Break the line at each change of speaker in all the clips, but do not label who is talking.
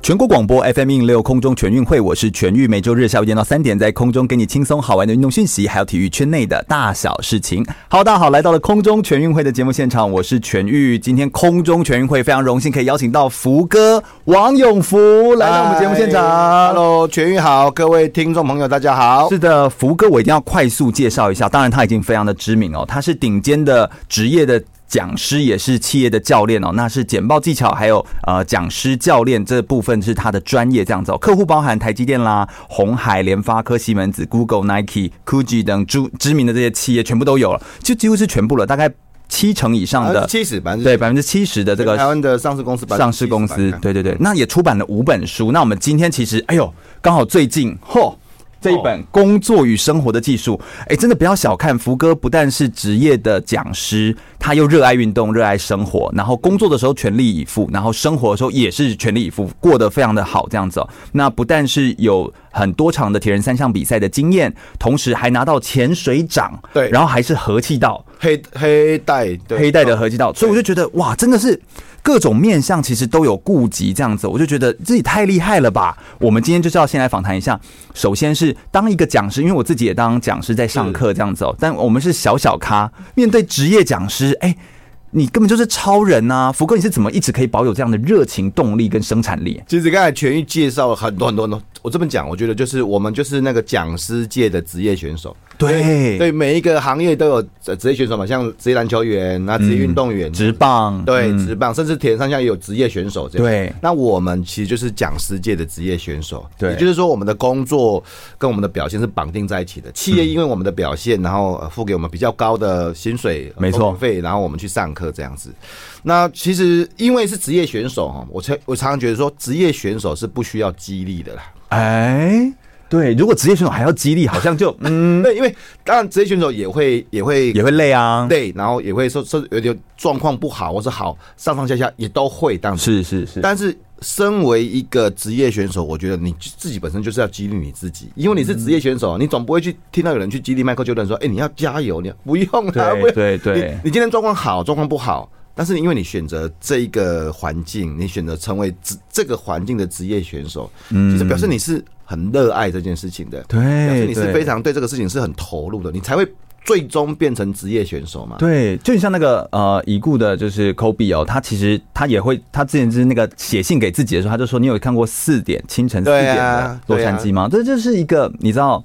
全国广播 FM 一六空中全运会，我是全玉，每周日下午一点到三点，在空中给你轻松好玩的运动讯息，还有体育圈内的大小事情。Hello，大家好，来到了空中全运会的节目现场，我是全玉。今天空中全运会非常荣幸可以邀请到福哥王永福来到我们节目现场。
Hello，全宇好，各位听众朋友，大家好。
是的，福哥，我一定要快速介绍一下。当然，他已经非常的知名哦，他是顶尖的职业的讲师，也是企业的教练哦。那是简报技巧，还有呃讲师教练这部分是他的专业这样子哦。客户包含台积电啦、红海、联发科、西门子、Google、Nike、Gucci 等知知名的这些企业全部都有了，就几乎是全部了，大概七成以上的，
啊七十，反正
对百分之七十的这个
台湾的上市公司，
上市公司，对对对，那也出版了五本书。那我们今天其实，哎呦，刚好最近，嚯，这一本《工作与生活的技术》，哎，真的不要小看福哥，不但是职业的讲师，他又热爱运动，热爱生活，然后工作的时候全力以赴，然后生活的时候也是全力以赴，过得非常的好，这样子、哦。那不但是有很多场的铁人三项比赛的经验，同时还拿到潜水长，
对
然后还是和气道。
黑黑带，对
黑带的合气道，所以我就觉得哇，真的是各种面向其实都有顾及这样子，我就觉得自己太厉害了吧。我们今天就是要先来访谈一下，首先是当一个讲师，因为我自己也当讲师在上课这样子哦，
嗯
但我们是小小咖，面对职业讲师，哎、你根本就是超人呐、福哥，你是怎么一直可以保有这样的热情、动力跟生产力？
其实刚才全玉介绍了很多很多很多，我这么讲，我觉得就是我们就是那个讲师界的职业选手，
对
对，每一个行业都有呃职业选手嘛，像职业篮球员，那职业运动员，
直棒，
对
嗯
职棒，甚至铁人三项也有职业选手这样。
对
那我们其实就是讲师界的职业选手，
对
也就是说我们的工作跟我们的表现是绑定在一
嗯
起的。企业因为我们的表现，然后呃付给我们比较高的薪水、呃
没错
工作费，然后我们去上课这样子。那其实因为是职业选手哈，我常我常常觉得说职业选手是不需要激励的啦。
哎，对，如果职业选手还要激励，好像就嗯
对，因为当然职业选手也会也会
也会累啊。，
累，然后也会说说有点状况不好或是好上上下下也都会当
是
时。
是是，
但是身为一个职业选手，我觉得你自己本身就是要激励你自己，因为你是职业选手，你总不会去听到有人去激励迈克尔·乔丹说：“哎、你要加油，你要不用啊，
对
不用
对对
你，你今天状况好，状况不好。”但是因为你选择这一个环境，你选择成为这这个环境的职业选手，其实表示你是很热爱这件事情的，
嗯对
表示你是
对
非常对这个事情是很投入的，你才会最终变成职业选手嘛。
对，就你像那个呃已故的，就是 Kobe 哦，他其实他也会，他之前就是那个写信给自己的时候，他就说：“你有看过四点清晨四
对
点
啊
的洛
对啊
杉矶吗？”这就是一个你知道。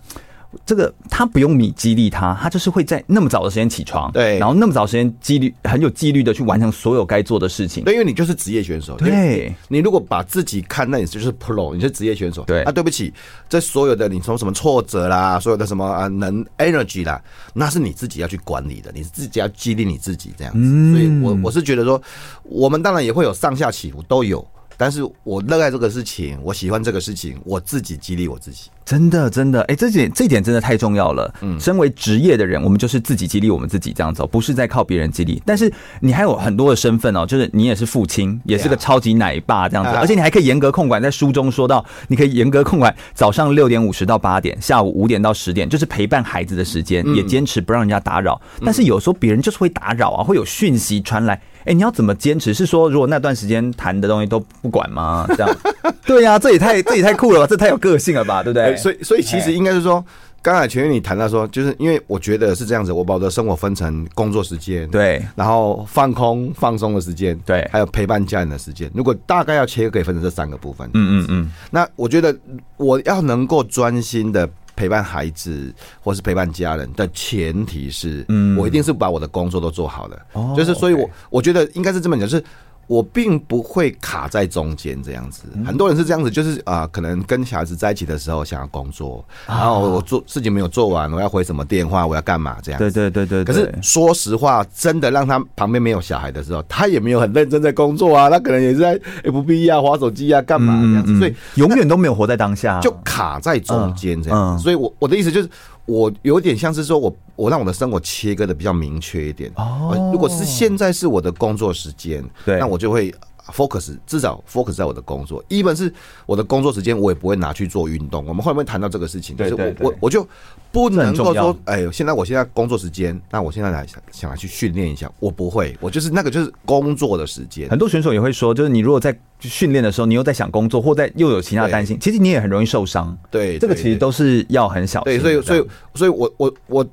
这个他不用你激励他，他就是会在那么早的时间起床，
对
然后那么早的时间纪律很有纪律的去完成所有该做的事情，
对，因为你就是职业选手，
对
因为你如果把自己看，那你就是 pro，你是职业选手。
对
啊，对不起，这所有的你从什么挫折啦，所有的什么啊能 energy 啦，那是你自己要去管理的，你自己要激励你自己这样子。所以我我是觉得说，我们当然也会有上下起伏，都有。但是我热爱这个事情，我喜欢这个事情，我自己激励我自己。
真的，真的，哎、这点这点真的太重要了。嗯，身为职业的人，我们就是自己激励我们自己这样哦走，不是在靠别人激励。但是你还有很多的身份哦，就是你也是父亲，也是个超级奶爸这样子，
啊
而且你还可以严格控管。在书中说到，你可以严格控管早上六点五十到八点，下午五点到十点，就是陪伴孩子的时间，
嗯
也坚持不让人家打扰。但是有时候别人就是会打扰啊，会有讯息传来。哎、你要怎么坚持？是说如果那段时间谈的东西都不管 吗？这样，对啊呀、这也太这也太酷了吧，这太有个性了吧，对不对？
哎所以所以其实应该是说，刚才前面你谈到说，就是因为我觉得是这样子，我把我的生活分成工作时间，
对
然后放空放松的时间，
对
还有陪伴家人的时间。如果大概要切，可以分成这三个部分。
嗯嗯嗯，
那我觉得我要能够专心的陪伴孩子或是陪伴家人的前提是，嗯，我一定是把我的工作都做好了。
哦
就是所以我，我
OK
觉得应该是这么讲，就是。我并不会卡在中间这样子，
嗯
很多人是这样子，就是啊、可能跟小孩子在一起的时候想要工作，然后我做事情没有做完，我要回什么电话，我要干嘛这样子
对对对对，
可是
对
说实话，真的让他旁边没有小孩的时候，他也没有很认真在工作啊，他可能也是在 FB 啊、划手机啊、干
嗯
嘛这样子，所以
永远都没有活在当下，啊
就卡在中间这
嗯
样子。
嗯
所以我我的意思就是，我有点像是说我我让我的生活切割的比较明确一点。呃
哦
如果是现在是我的工作时间，
对
那我就会 focus，至少 focus 在我的工作。even 是我的工作时间，我也不会拿去做运动。我们后面谈到这个事情，就
对
是
对
我
对
我我就不能
这很
够
重要
说，哎，现在我现在工作时间，那我现在来想想来去训练一下，我不会，我就是那个就是工作的时间。
很多选手也会说，就是你如果在训练的时候，你又在想工作，或在又有其他担心，其实你也很容易受伤。
对，
这个
对
其实
对
都是要很小心
对，
的。
所以所
这
以
样
所以我我我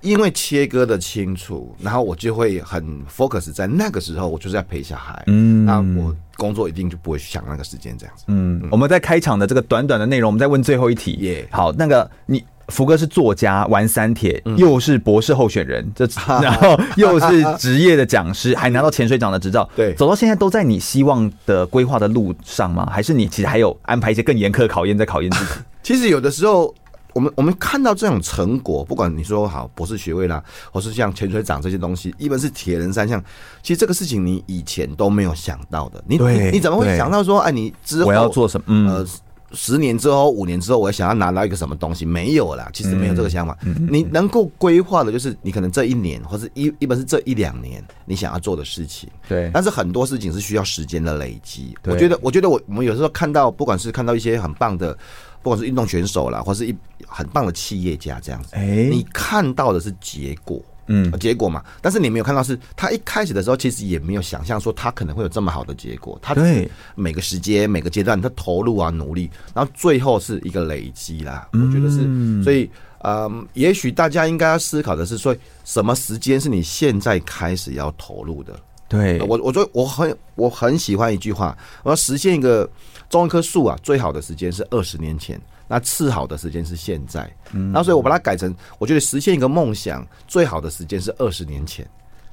因为切割的清楚，然后我就会很 focus 在那个时候，我就是在陪小孩，
嗯
那我工作一定就不会去想那个时间这样子。
嗯，我们在开场的这个短短的内容，我们再问最后一题。
耶
好，那个你。福哥是作家，玩三铁，
嗯
又是博士候选人，这 然后又是职业的讲师，还拿到潜水长的执照。
对
走到现在都在你希望的规划的路上吗？还是你其实还有安排一些更严苛的考验在考验自己？
其实有的时候。我们我们看到这种成果，不管你说好博士学位啦，或是像潜水长这些东西，一般是铁人三项，其实这个事情你以前都没有想到的。你
对
你你怎么会
对
想到说，哎，你之后
我要做什么？
呃
嗯，，
十年之后、五年之后，我想要拿到一个什么东西，没有啦，其实没有这个想法。
嗯
你能够规划的，就是你可能这一年，或是一一般是这一两年，你想要做的事情。
对
但是很多事情是需要时间的累积。
对
我觉得，我觉得我我们有时候看到，不管是看到一些很棒的，不管是运动选手啦，或是一很棒的企业家这样子，
哎
你看到的是结果。
嗯
结果嘛，但是你没有看到是，他一开始的时候其实也没有想象说他可能会有这么好的结果，他只是
对
每个时间每个阶段他投入啊努力，然后最后是一个累积啦，我觉得是，所以嗯，也许大家应该要思考的是说，什么时间是你现在开始要投入的？
对，
呃我我就我很我很喜欢一句话，我要实现一个种一棵树啊，最好的时间是二十年前，那次好的时间是现在。嗯，那所以我把它改成，我觉得实现一个梦想最好的时间是二十年前，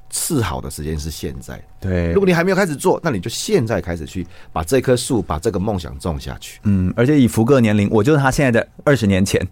次好的时间是现在。
对
如。果你还没有开始做，那你就现在开始去把这棵树、把这个梦想种下去。
嗯，而且以福哥年龄，我就是他现在的二十年前。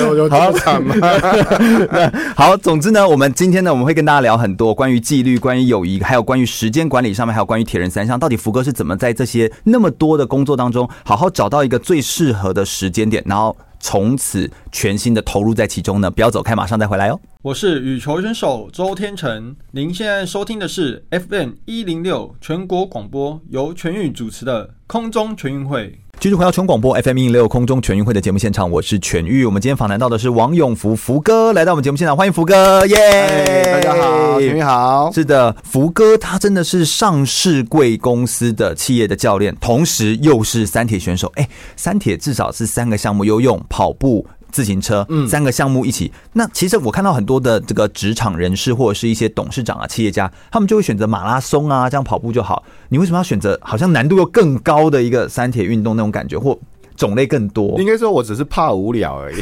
有有这么惨吗？
啊 好，总之呢，我们今天呢，我们会跟大家聊很多关于纪律、关于友谊，还有关于时间管理上面，还有关于铁人三项，到底福哥是怎么在这些那么多的工作当中，好好找到一个最适合的时间点，然后从此全心的投入在其中呢？不要走开，马上再回来哦。
我是羽球选手周天成，您现在收听的是 FM 一零六全国广播，由全宇主持的空中全运会。
继续回到全广播 FM 一六空中全运会的节目现场，我是全玉。我们今天访谈到的是王永福福哥，来到我们节目现场，欢迎福哥，耶、
哎大家好，田宇好。
是的，福哥他真的是上市贵公司的企业的教练，同时又是三铁选手。哎、三铁至少是三个项目：游泳、跑步、自行车，三个项目一起。那其实我看到很多的这个职场人士或者是一些董事长啊、企业家，他们就会选择马拉松啊，这样跑步就好。你为什么要选择好像难度又更高的一个三铁运动那种感觉，或种类更多
应？该说，我只是怕无聊而已。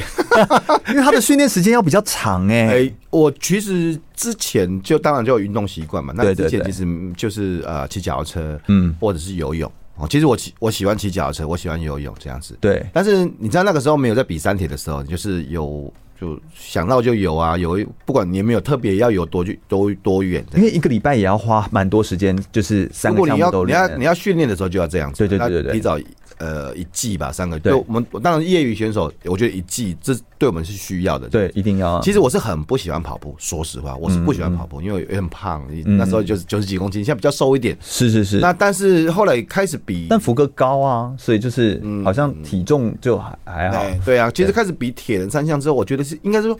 因为他的训练时间要比较长哎、
哎、我其实之前就当然就有运动习惯嘛，那
对
之
对
前
对
其实嗯就是呃骑脚踏车，
嗯，
或者是游泳。哦，其实我骑我喜欢骑脚踏车，我喜欢游泳这样子。
对，
但是你知道那个时候没有在比三铁的时候，你就是有就想到就有啊，有不管你有没有特别要有多去多多远这
因
样。
为一个礼拜也要花蛮多时间，就是三
如
个
果
项
你
目
要
都
你
练
要。你要训练的时候就要这样子，
对对对对对
那提早一呃一季吧，三个。
对
就我们我当然业余选手，我觉得一季这对我们是需要的。
对，一定要啊。嗯
其实我是很不喜欢跑步，说实话，我是不喜欢跑步，因为有点胖，那时候就是九十几公斤，现在比较瘦一点。
是是是，
那但是后来开始比，
但福哥高啊，所以就是好像体重就还还好。
哎嗯对啊，其实开始比铁人三项之后，我觉得是应该是说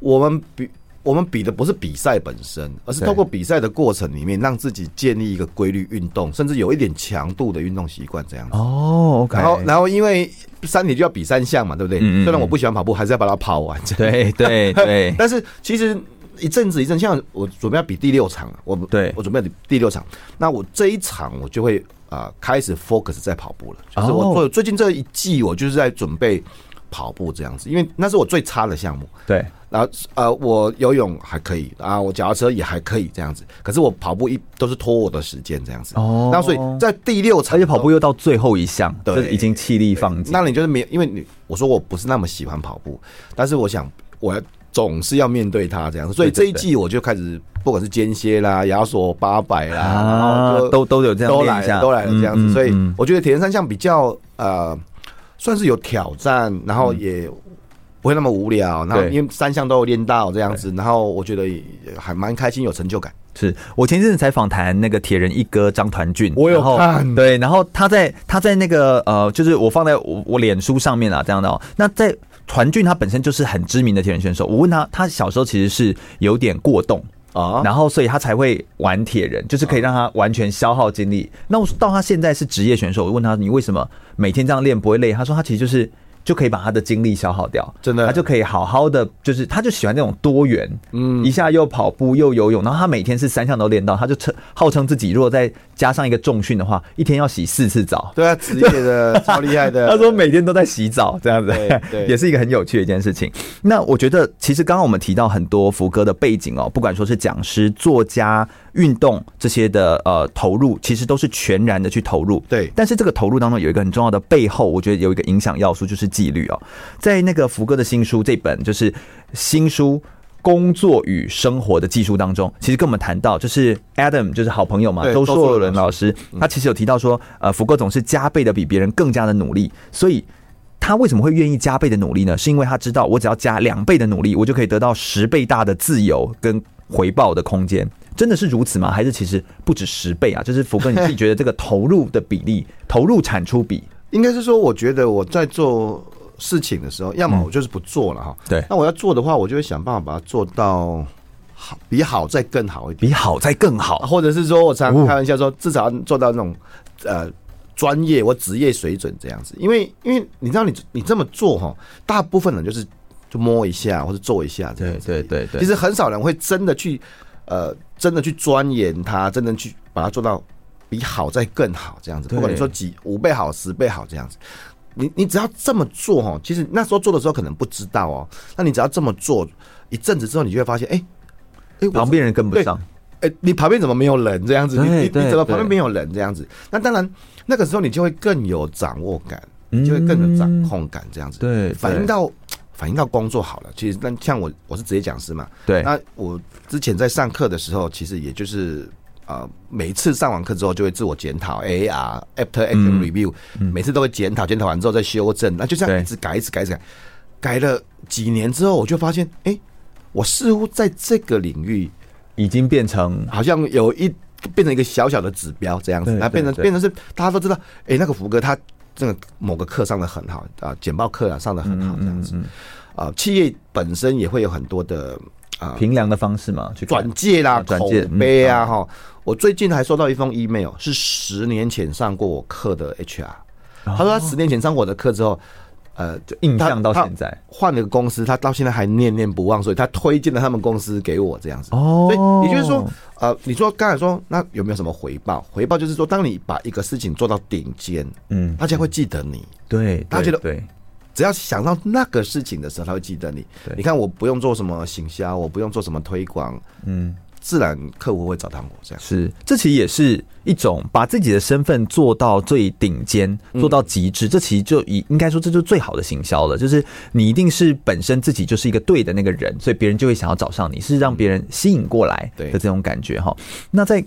我们比。我们比的不是比赛本身，而是
对
透过比赛的过程里面，让自己建立一个规律运动，甚至有一点强度的运动习惯这样子。
哦，OK，
然后，然后因为三铁就要比三项嘛，对不对？
嗯嗯嗯
虽然我不喜欢跑步，还是要把它跑完。这样
对对 对，
但是其实一阵子一阵，像我准备要比第六场了，我
对
我准备要比第六场，那我这一场我就会啊、呃开始 focus 在跑步了，就是
哦
我做最近这一季我就是在准备跑步这样子，因为那是我最差的项目。
对
然后呃，我游泳还可以啊，我脚踏车也还可以这样子，可是我跑步一都是拖我的时间这样子。
哦
那所以在第六场
而
的
且
时候，
跑步又到最后一项，
对
就是已经气力放尽。
那你就是没有，因为你我说我不是那么喜欢跑步，但是我想我要总是要面对它这样，所以
对
这
对
一季我就开始不管是间歇啦、亚索八百啦，然
啊
后就，
都都有这样
都
练
来
一下，
了都来了
嗯
这样子，
嗯
所以
嗯嗯
我觉得铁人三项比较呃算是有挑战，然后也不会那么无聊。然后
对
因为三项都有练到这样子，然后我觉得也还蛮开心，有成就感。
是我前一阵子才访谈那个铁人一哥张团俊，
我有
然后
看
对，然后他在他在那个呃，就是我放在我我脸书上面啊，这样的、哦。那在团俊他本身就是很知名的铁人选手，我问他，他小时候其实是有点过动。
哦
然后所以他才会玩铁人，就是可以让他完全消耗精力。那我到他现在是职业选手，我问他你为什么每天这样练不会累？他说他其实就是就可以把他的精力消耗掉，
真的
他就可以好好的，就是他就喜欢那种多元，
嗯
嗯，一下又跑步又游泳，然后他每天是三项都练到，他就称号称自己如果再加上一个重训的话，一天要洗四次澡。
对啊，职业 的超厉害的。
他说每天都在洗澡，这样子
对 对
也是一个很有趣的一件事情。那我觉得，其实刚刚我们提到很多福哥的背景哦，不管说是讲师、作家、运动这些的呃投入，其实都是全然的去投入。
对
但是这个投入当中有一个很重要的背后，我觉得有一个影响要素就是纪律哦。在那个福哥的新书这本就是新书。工作与生活的技术当中，其实跟我们谈到，就是 Adam 就是好朋友嘛，
对
周
周硕
硕伦
伦老师
老师，他其实有提到说，呃，福哥总是加倍的比别人更加的努力，所以他为什么会愿意加倍的努力呢？是因为他知道我只要加两倍的努力，我就可以得到十倍大的自由跟回报的空间。真的是如此吗？还是其实不止十倍啊？就是福哥你自己觉得这个投入的比例，投入产出比，
应该是说，我觉得我在做事情的时候，要么我就是不做了哈。
对
那我要做的话，我就会想办法把它做到好，比好再更好一点。
比好再更好。
啊
哦
或者是说我常常开玩笑说，至少要做到那种呃专业或职业水准这样子，因为因为你知道你你这么做哈，大部分人就是就摸一下或者做一下这样子，
对对
其实很少人会真的去呃真的去钻研它，真的去把它做到比好再更好这样子，
对
不管你说几五倍好十倍好这样子。你你只要这么做哦，其实那时候做的时候可能不知道哦，那你只要这么做一阵子之后，你就会发现，哎、哎、我
旁边人跟不上，
哎、你旁边怎么没有人这样子？你你
对
你
对
怎么旁边
对
没有人这样子？那当然，那个时候你就会更有掌握感，你就会更有掌控感这样子。
对
反
嗯
映
对
到反映到工作好了。其实那像我我是职业讲师嘛，
对
那我之前在上课的时候，其实也就是。呃，每一次上完课之后就会自我检讨，AR after
嗯
action review，、每次都会检讨，检讨完之后再修正，那就这样
对
一直改，一直改，一直改，改了几年之后，我就发现，哎、我似乎在这个领域
已经变成
好像有一变成一个小小的指标这样子，
对
那变成
对对
变成是大家都知道，哎、那个福哥他这个某个课上的很好啊，简报课啊上的很好这样
嗯
子，啊、企业本身也会有很多的啊
平量的方式嘛，去看
转介啦、
啊转
口
介嗯
碑啊哈、我最近还收到一封 email，是十年前上过我课的 HR，、他说他十年前上过我的课之后。呃，就
哦印
他
象到
他
现在
换了个公司，他到现在还念念不忘，所以他推荐了他们公司给我这样子。
哦
所以也就是说，呃，你说刚才说那有没有什么回报？回报就是说，当你把一个事情做到顶尖，
嗯，
大家会记得你。
对，
他觉得
对
只要想到那个事情的时候，他会记得你。你看，我不用做什么行销，我不用做什么推广，嗯，自然客户会找到我这样。
是，这其实也是一种把自己的身份做到最顶尖、
嗯
做到极致，这其实就以应该说这就是最好的行销了。就是你一定是本身自己就是一个对的那个人，所以别人就会想要找上你，是让别人吸引过来
对
的这种感觉哈。那在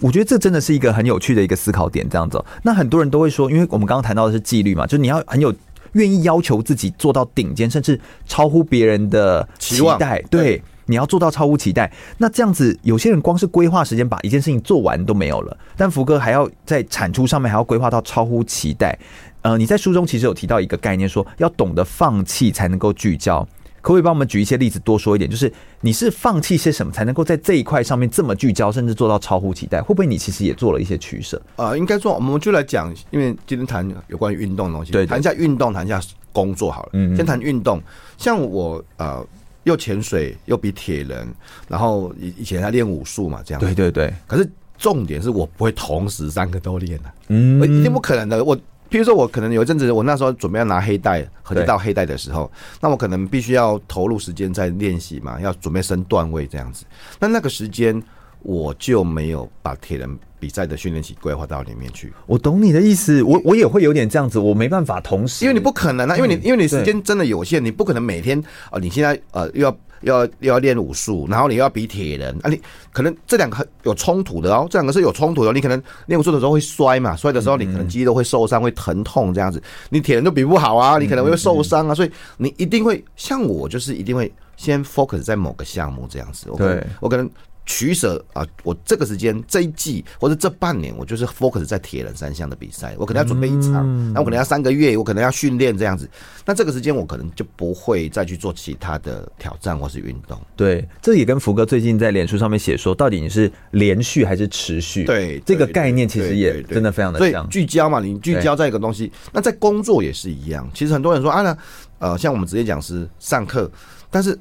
我觉得这真的是一个很有趣的一个思考点，这样子哦、那很多人都会说，因为我们刚刚谈到的是纪律嘛，就是你要很有愿意要求自己做到顶尖，甚至超乎别人的
期望
待，
对
对。你要做到超乎期待。那这样子，有些人光是规划时间把一件事情做完都没有了，但福哥还要在产出上面还要规划到超乎期待。呃，你在书中其实有提到一个概念说要懂得放弃才能够聚焦。可不可以帮我们举一些例子，多说一点？就是你是放弃些什么，才能够在这一块上面这么聚焦，甚至做到超乎期待？会不会你其实也做了一些取舍？
呃，应该说，我们就来讲，因为今天谈有关于运动的东西，
对对
谈一下运动，谈一下工作好了。
嗯嗯
先谈运动，像我呃，又潜水，又比铁人，然后以以前还练武术嘛，这样。。
对对，
可是重点是我不会同时三个都练的、
嗯
我一定不可能的。我譬如说，我可能有一阵子，我那时候准备要拿黑带，合计
对
到黑带的时候，那我可能必须要投入时间在练习嘛，要准备升段位这样子。那那个时间我就没有把铁人比赛的训练期规划到里面去，
我懂你的意思，我我也会有点这样子，我没办法同时，嗯
因为你不可能啊，因为你因为你时
对
间真的有限，你不可能每天啊、呃你现在呃又要。又要又要练武术，然后你又要比铁人啊你，可能这两个有冲突的哦，这两个是有冲突的哦、你可能练武术的时候会摔嘛，摔的时候
嗯
你可能肌肉会受伤，会疼痛这样子，你铁人就比不好啊，
嗯
你可能会受伤啊，所以你一定会像我就是一定会先 focus 在某个项目这样子，我可能
对
我可能。取舍啊！我这个时间这一季或者这半年，我就是 focus 在铁人三项的比赛，我可能要准备一场，那、我可能要三个月，我可能要训练这样子。那这个时间我可能就不会再去做其他的挑战或是运动。
对，这也跟福哥最近在脸书上面写说，到底你是连续还是持续？
对
这个
对
概念其实
对
也
对对
真的非常的
所以
像。
聚焦嘛，你聚焦在一个东西，那在工作也是一样。其实很多人说啊，那呃，像我们职业讲师上课，但是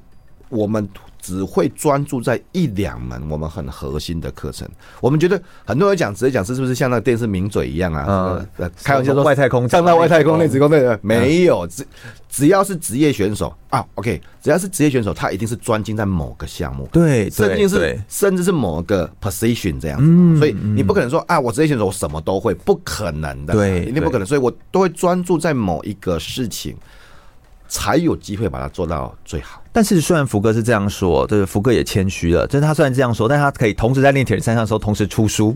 我们只会专注在一两门我们很核心的课程。我们觉得很多人讲职业讲师是不是像那个电视名嘴一样啊？
嗯
呃呃开玩笑说
外太空
上到外太空内职工队的没有，只只要是职业选手啊，OK，只要是职业选手，他一定是专精在某个项目。
对，
甚
对
至是
对
甚至是某个 position 这样子，所以你不可能说啊，我职业选手我什么都会，不可能的，
对
一定不可能，所以我都会专注在某一个事情，才有机会把它做到最好。
但是虽然福哥是这样说，就是福哥也谦虚了，就是他虽然这样说，但他可以同时在练铁人三项的时候同时出 书，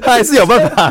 他还是有办法。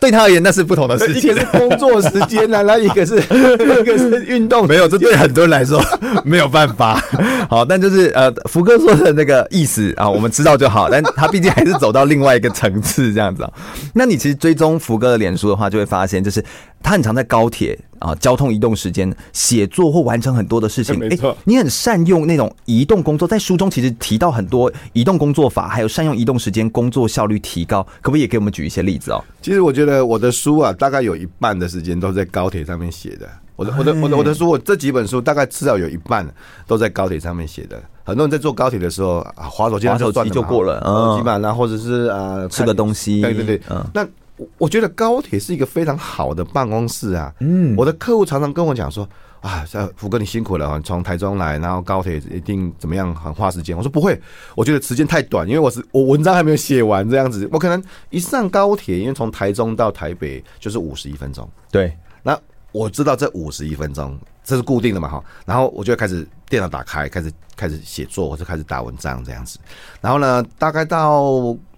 对他而言，那是不同的事情。
是工作时间啊，那一个是 一个是运动，
没有，这对很多人来说 没有办法。好，但就是呃，福哥说的那个意思啊，我们知道就好。但他毕竟还是走到另外一个层次这样子、啊。那你其实追踪福哥的脸书的话，就会发现，就是他很常在高铁啊、交通移动时间写作或完成很多的事情。
哎没错
诶你很善用那种移动工作，在书中其实提到很多移动工作法，还有善用移动时间工作效率提高，可不可以也给我们举一些例子哦？
其实我觉得我的书啊，大概有一半的时间都在高铁上面写的。我的我的我的我的书，我这几本书大概至少有一半都在高铁上面写的。很多人在坐高铁的时候啊，滑手机
滑手机
那算了嘛
就过了
滑手机
嗯
嘛，然后或者是啊
吃个东西
对对对
嗯，
那。我我觉得高铁是一个非常好的办公室啊，嗯，我的客户常常跟我讲说，啊，像福哥你辛苦了啊，从台中来，然后高铁一定怎么样，很花时间。我说不会，我觉得时间太短，因为我是我文章还没有写完这样子，我可能一上高铁，因为从台中到台北就是五十一分钟，
对，
那我知道这五十一分钟这是固定的嘛哈，然后我就开始电脑打开，开始开始写作或者开始打文章这样子。然后呢，大概到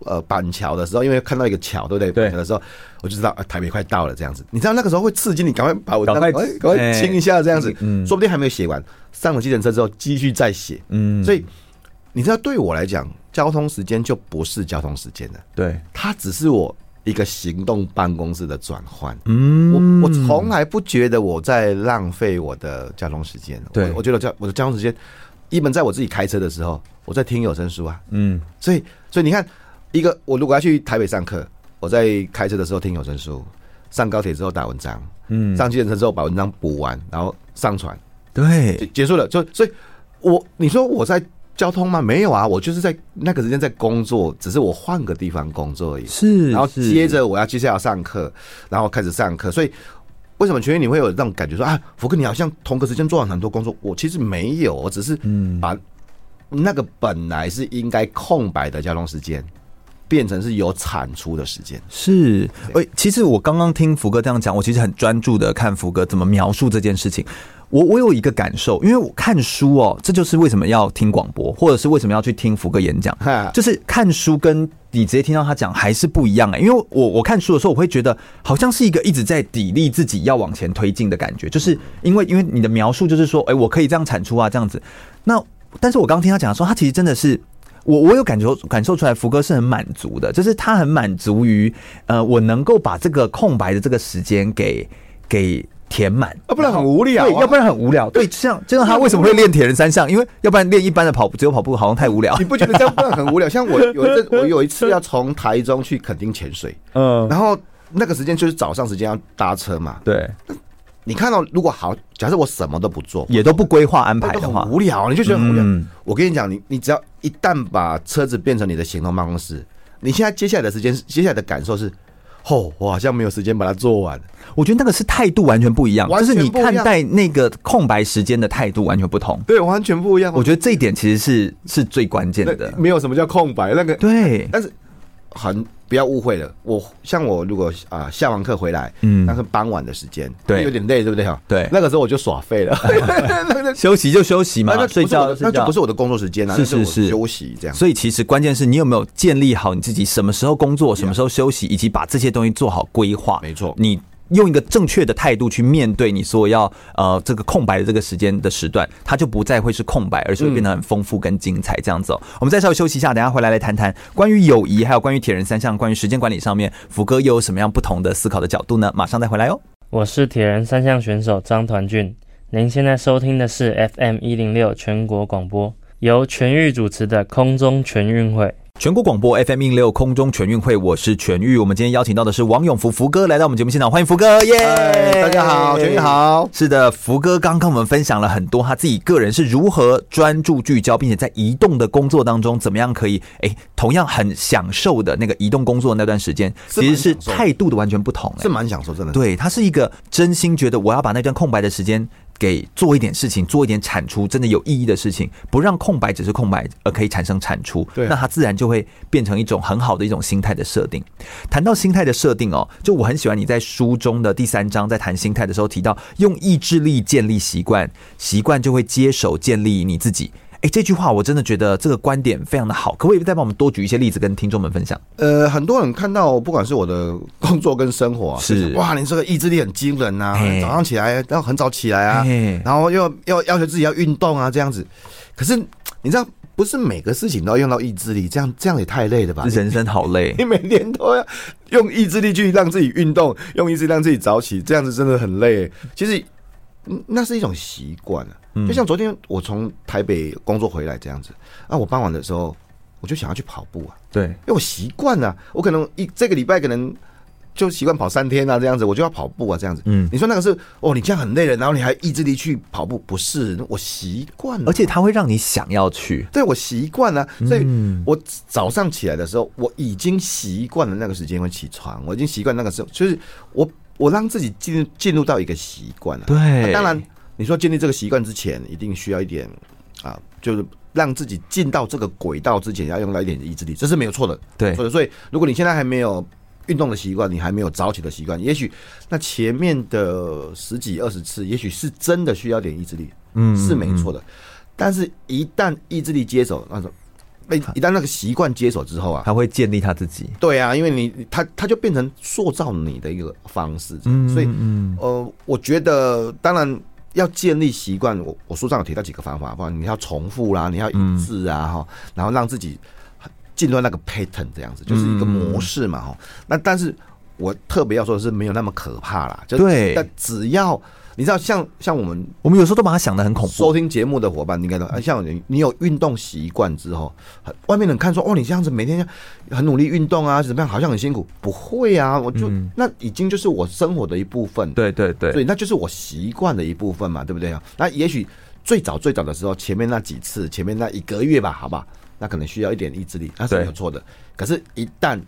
呃板桥的时候，因为看到一个桥，对不对？
对
板桥的时候，我就知道、啊、台北快到了这样子。你知道那个时候会刺激你，赶快把文章
赶
赶
快
快赶
哎嗯
快清一下这样子，说不定还没有写完。上了计程车之后继续再写，嗯，所以你知道对我来讲，交通时间就不是交通时间了。
对，
它只是我一个行动办公室的转换。嗯，我我从来不觉得我在浪费我的交通时间。
对
我我觉得交我的交通时间，一门在我自己开车的时候，我在听有声书啊。嗯，所以所以你看，一个我如果要去台北上课，我在开车的时候听有声书，上高铁之后打文章，嗯，上计程车之后把文章补完，然后上传，
对
结，结束了。就所以我，你说我在交通吗？没有啊，我就是在那个时间在工作，只是我换个地方工作而已。
是
然后
是
接着我要接下来要上课，然后开始上课，所以。为什么全员你会有那种感觉说啊，福哥你好像同个时间做了很多工作？我其实没有，我只是
嗯
把那个本来是应该空白的交通时间，变成是有产出的时间。
是，哎、其实我刚刚听福哥这样讲，我其实很专注的看福哥怎么描述这件事情。我我有一个感受，因为我看书哦，这就是为什么要听广播，或者是为什么要去听福哥演讲
哈，
就是看书跟你直接听到他讲还是不一样哎、因为我我看书的时候，我会觉得好像是一个一直在砥砺自己要往前推进的感觉，就是因为因为你的描述就是说，哎、我可以这样产出啊，这样子。那但是我刚刚听他讲说，他其实真的是我我有感受感受出来，福哥是很满足的，就是他很满足于呃，我能够把这个空白的这个时间给给填满。
啊，不然很无聊
对，要不然很无聊。对，就像就像他为什么会练铁人三项，因为要不然练一般的跑步，只有跑步好像太无聊
你。不觉得这样不然很 无聊？像我有一阵，我有一次要从台中去垦丁潜水，
嗯，
然后那个时间就是早上时间要搭车嘛。
对，
你看到如果好，假设我什么都不做，
也都不规划安排
那
的
都
话
很，无聊，你就觉得很无聊。
嗯
我跟你讲，你你只要一旦把车子变成你的行动办公室，你现在接下来的时间，接下来的感受是。哦，我好像没有时间把它做完。
我觉得那个是态度完全不一样，
完
就
全
是你
不一样
看待那个空白时间的态度完全不同。
对，完全不一样。
我觉得这一点其实是是最关键
哦那嗯
的。
没有什么叫空白，那个
对，
但是很不要误会了，我像我如果啊、下完课回来，
嗯
那是傍晚的时间，
对
有点累，对不对哈？
对
那个时候我就耍 废了，
休息就休息
那
嘛，
那
睡
不是
觉
我
就
的
睡
那就
觉
不。是我的工作时间了，啊
是
那
是
我
是
休息这样。
所以其实关键是你有没有建立好你自己什么时候工作、什么时候休息，以及把这些东西做好规划。
没错
你用一个正确的态度去面对你所要呃这个空白的这个时间的时段，它就不再会是空白，而是会变得很丰富跟精彩这样子、哦。我们再稍微休息一下，等一下回来来谈谈关于友谊，还有关于铁人三项、关于时间管理上面，福哥又有什么样不同的思考的角度呢？马上再回来哦。
我是铁人三项选手张团俊。您现在收听的是 FM 一零六全国广播，由全域主持的空中全运会。
全国广播 FM 一六空中全运会，我是全玉。我们今天邀请到的是王永福福哥来到我们节目现场，欢迎福哥，耶、哎
嗨大家好，全宇。好。
是的，福哥刚跟我们分享了很多他自己个人是如何专注聚焦，并且在移动的工作当中，怎么样可以哎、同样很享受的那个移动工作的那段时间，
是
其实是
蛮享受的
态度的完全不同、哎
是蛮享受，真的。
对，他是一个真心觉得我要把那段空白的时间给做一点事情，做一点产出，真的有意义的事情，不让空白只是空白，而可以产生产出。
对啊
那他自然就会变成一种很好的一种心态的设定。谈到心态的设定哦，就我很喜欢你在书中的第三章在谈心态的时候提到，用意志力建立习惯，习惯就会接手建立你自己。哎，这句话我真的觉得这个观点非常的好，可不可以再帮我们多举一些例子跟听众们分享？
呃，很多人看到不管是我的工作跟生活啊，
是
就哇，你这个意志力很惊人呐、
嘿
早上起来要很早起来啊
嘿，
然后又要要求自己要运动啊，这样子。可是你知道，不是每个事情都要用到意志力，这样这样也太累了吧？
人生好累
你，每天都要用意志力去让自己运动，用意志力让自己早起，这样子真的很累。其实嗯那是一种习惯啊，
嗯
就像昨天我从台北工作回来这样子，啊，我傍晚的时候我就想要去跑步啊，
对，
因为我习惯了，我可能一这个礼拜可能就习惯跑三天啊，这样子我就要跑步啊，这样子。
嗯
你说那个是哦，你这样很累了，然后你还意志力去跑步，不是？我习惯了，
而且嗯它会让你想要去。
对我习惯了，所以我早上起来的时候，我已经习惯了那个时间会起床，我已经习惯那个时候，就是我我让自己进入进入到一个习惯了。
对
那啊当然，你说建立这个习惯之前，一定需要一点啊，就是让自己进到这个轨道之前，要用到一点意志力，这是没有错的。
对
所以所以如果你现在还没有。运动的习惯，你还没有早起的习惯，也许那前面的十几二十次，也许是真的需要点意志力，嗯，是没错的。但是，一旦意志力接手，那种，被一旦那个习惯接手之后啊，
他会建立他自己。
对啊，因为你他他就变成塑造你的一个方式，嗯
嗯
所以呃，我觉得当然要建立习惯，我我书上有提到几个方法，不然你要重复
嗯
啦，你要一致啊哈、然后让自己进入那个 pattern 这样子，就是一个模式嘛
嗯
哈、那但是我特别要说的是，没有那么可怕啦，就是
对
但只要你知道像，像我们
我们有时候都把它想的很恐
收
怖，
听节目的伙伴，你应该懂。啊像你，你有运动习惯之后，很外面人看说，哦，你这样子每天很努力运动啊，怎么样，好像很辛苦。不会啊，我就、
嗯
那已经就是我生活的一部分，
对对对，
对，那就是我习惯的一部分嘛，对不对啊？那也许最早最早的时候，前面那几次，前面那一个月吧，好吧，那可能需要一点意志力，那是
对
没有错的。可是，一旦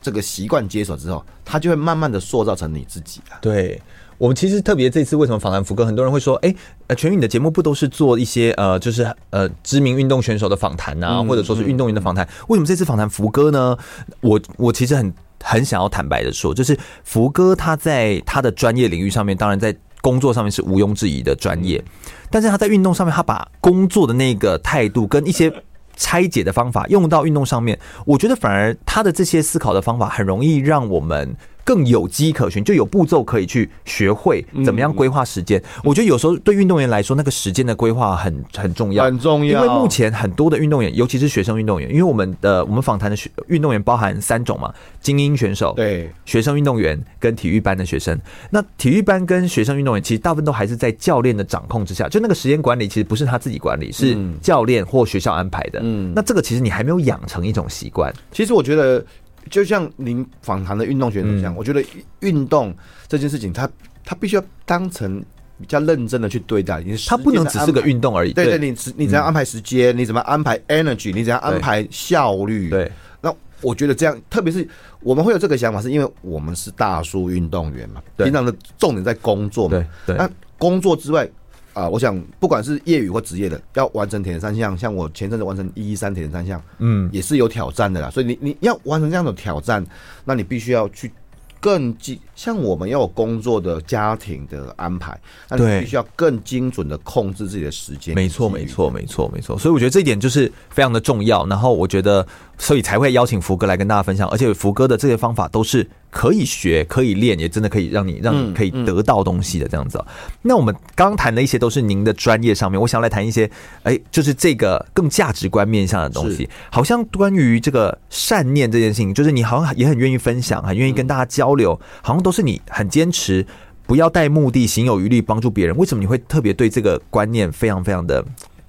这个习惯接手之后，它就会慢慢的塑造成你自己啊。
对。我们其实特别这次为什么访谈福哥，很多人会说，哎、呃，全宇你的节目不都是做一些呃，就是呃知名运动选手的访谈啊，
嗯
或者说是运动员的访谈？为什么这次访谈福哥呢？我我其实很很想要坦白的说，就是福哥他在他的专业领域上面，当然在工作上面是毋庸置疑的专业，但是他在运动上面，他把工作的那个态度跟一些拆解的方法用到运动上面，我觉得反而他的这些思考的方法很容易让我们更有迹可循，就有步骤可以去学会怎么样规划时间。我觉得有时候对运动员来说，那个时间的规划很很重要，
很重要
因为目前很多的运动员，尤其是学生运动员，因为我们的我们访谈的学运动员包含三种嘛，精英选手，
对，
学生运动员跟体育班的学生。那体育班跟学生运动员其实大部分都还是在教练的掌控之下，就那个时间管理其实不是他自己管
嗯
理，是教练或学校安排的。嗯，那这个其实你还没有养成一种习惯，
其实我觉得，就像您访谈的运动选手
嗯
一样，我觉得运动这件事情它，它必须要当成比较认真的去对待。你
它不能只是个运
动，
动而已。
对对，你只你
嗯
怎样安排时间，你怎么安排 energy，你怎样安排效率，
对，
那我觉得这样，特别是我们会有这个想法，是因为我们是大叔运动员嘛，
对
平常的重点在工作嘛。
对对
那工作之外，啊、啊、我想不管是业余或职业的，要完成铁人三项，像我前阵子完成一一三铁人三项，嗯，也是有挑战的啦。所以你你要完成这样的挑战，那你必须要去更精，像我们要有工作的、家庭的安排，那
对
你必须要更精准的控制自己的时间。
没错，没。错，没错，没错。所以我觉得这一点就是非常的重要。然后我觉得，所以才会邀请福哥来跟大家分享。而且福哥的这些方法都是可以学、可以练，也真的可以让你让你可以得到东西的这样子哦、那我们刚谈的一些都是您的专业上面，我想要来谈一些，哎，就是这个更价值观面向的东西
是。
好像关于这个善念这件事情，就是你好像也很愿意分享，很愿意跟大家交流，好像都是你很坚持。不要带目的，行有余力帮助别人。为什么你会特别对这个观念非常非常的，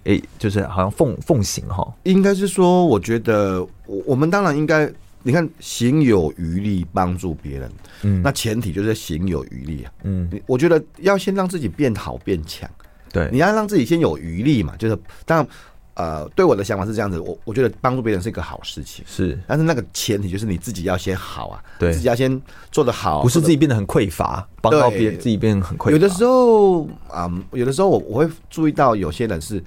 诶、就是好像奉奉行哈？
应该是说，我觉得我我们当然应该，你看行有余力帮助别人，
嗯
那前提就是行有余力啊。
嗯，
你我觉得要先让自己变好变强，
对
你要让自己先有余力嘛，就是当然。呃，对我的想法是这样子，我我觉得帮助别人是一个好事情，
是
但是那个前提就是你自己要先好啊，
对
自己要先做得好，
不是
做得
自己变得很匮乏，帮到
对
别人自己变得很匮乏？
有的时候啊、嗯有的时候我我会注意到有些人是，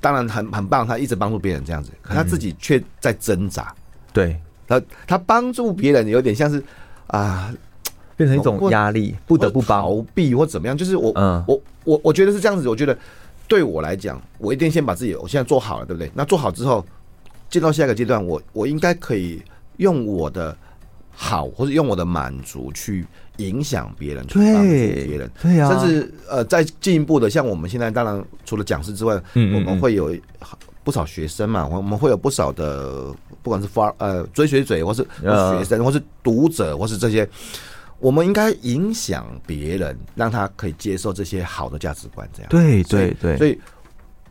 当然很很棒，他一直帮助别人这样子，
嗯
可他自己却在挣扎。
对，
他他帮助别人有点像是啊，
变成一种
或
压力，不得不帮。
逃避或怎么样，就是我、
嗯
我我我觉得是这样子，我觉得对我来讲，我一定先把自己我现在做好了，对不对？那做好之后，进到下一个阶段，我我应该可以用我的好或者用我的满足去影响别人，去帮助别人
对，。对啊，
甚至呃，再进一步的，像我们现在当然除了讲师之外，
嗯嗯
我们会有不少学生嘛，我们会有不少的，不管是发呃追随者，或是或
呃
是学生，或是读者，或是这些，我们应该影响别人，让他可以接受这些好的价值观，这样。
对
所以
对对，
所以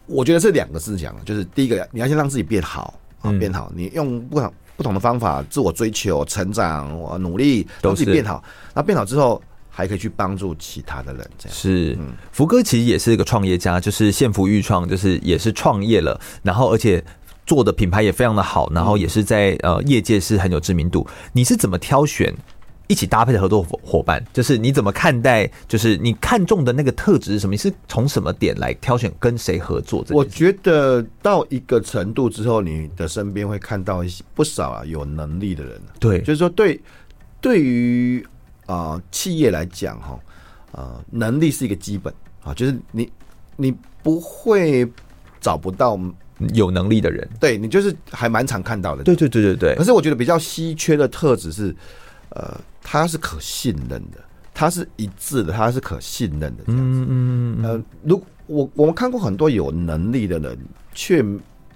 我觉得这两个事情啊，就是第一个，你要先让自己变好啊，
嗯
变好，你用不同不同的方法，自我追求、成长、我努力，
都
让自己
是
变好。那变好之后，还可以去帮助其他的人，这样。
是，福哥其实也是一个创业家，就是现福裕创，就是也是创业了，然后而且做的品牌也非常的好，然后也是在呃业界是很有知名度。你是怎么挑选一起搭配的合作伙伙伴？就是你怎么看待，就是你看中的那个特质是什么？你是从什么点来挑选跟谁合作这件事？
我觉得到一个程度之后，你的身边会看到一些不少啊有能力的人，
对，
就是说对对于啊、呃企业来讲哈，呃，能力是一个基本啊，就是你你不会找不到，
有能力的人。
对你就是还蛮常看到的。
对对对对对
可，是我觉得比较稀缺的特质是，呃，他是可信任的，他是一致的，他是可信任的这样子。
嗯嗯，
呃，如我我们看过很多有能力的人，却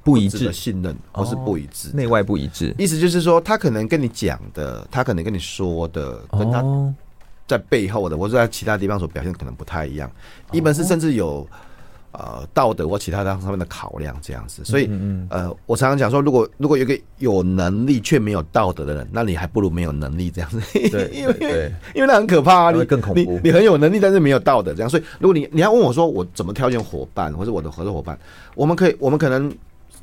不一
值得
致，哦
信任，或是不一致。
内外不一致。
意思就是说，他可能跟你讲的，他可能跟你说的，跟他
哦，
在背后的，或者在其他地方所表现可能不太一样。
哦
一般是甚至有呃道德或其他方面的考量这样子。所以
嗯
呃，我常常讲说，如果如果有一个有能力却没有道德的人，那你还不如没有能力这样子。
对
因为
对对
因为那很可怕啊，
那
你
会更恐怖
你你很有能力，但是没有道德这样。所以如果你你要问我说我怎么挑选伙伴，或者我的合作伙伴，我们可以我们可能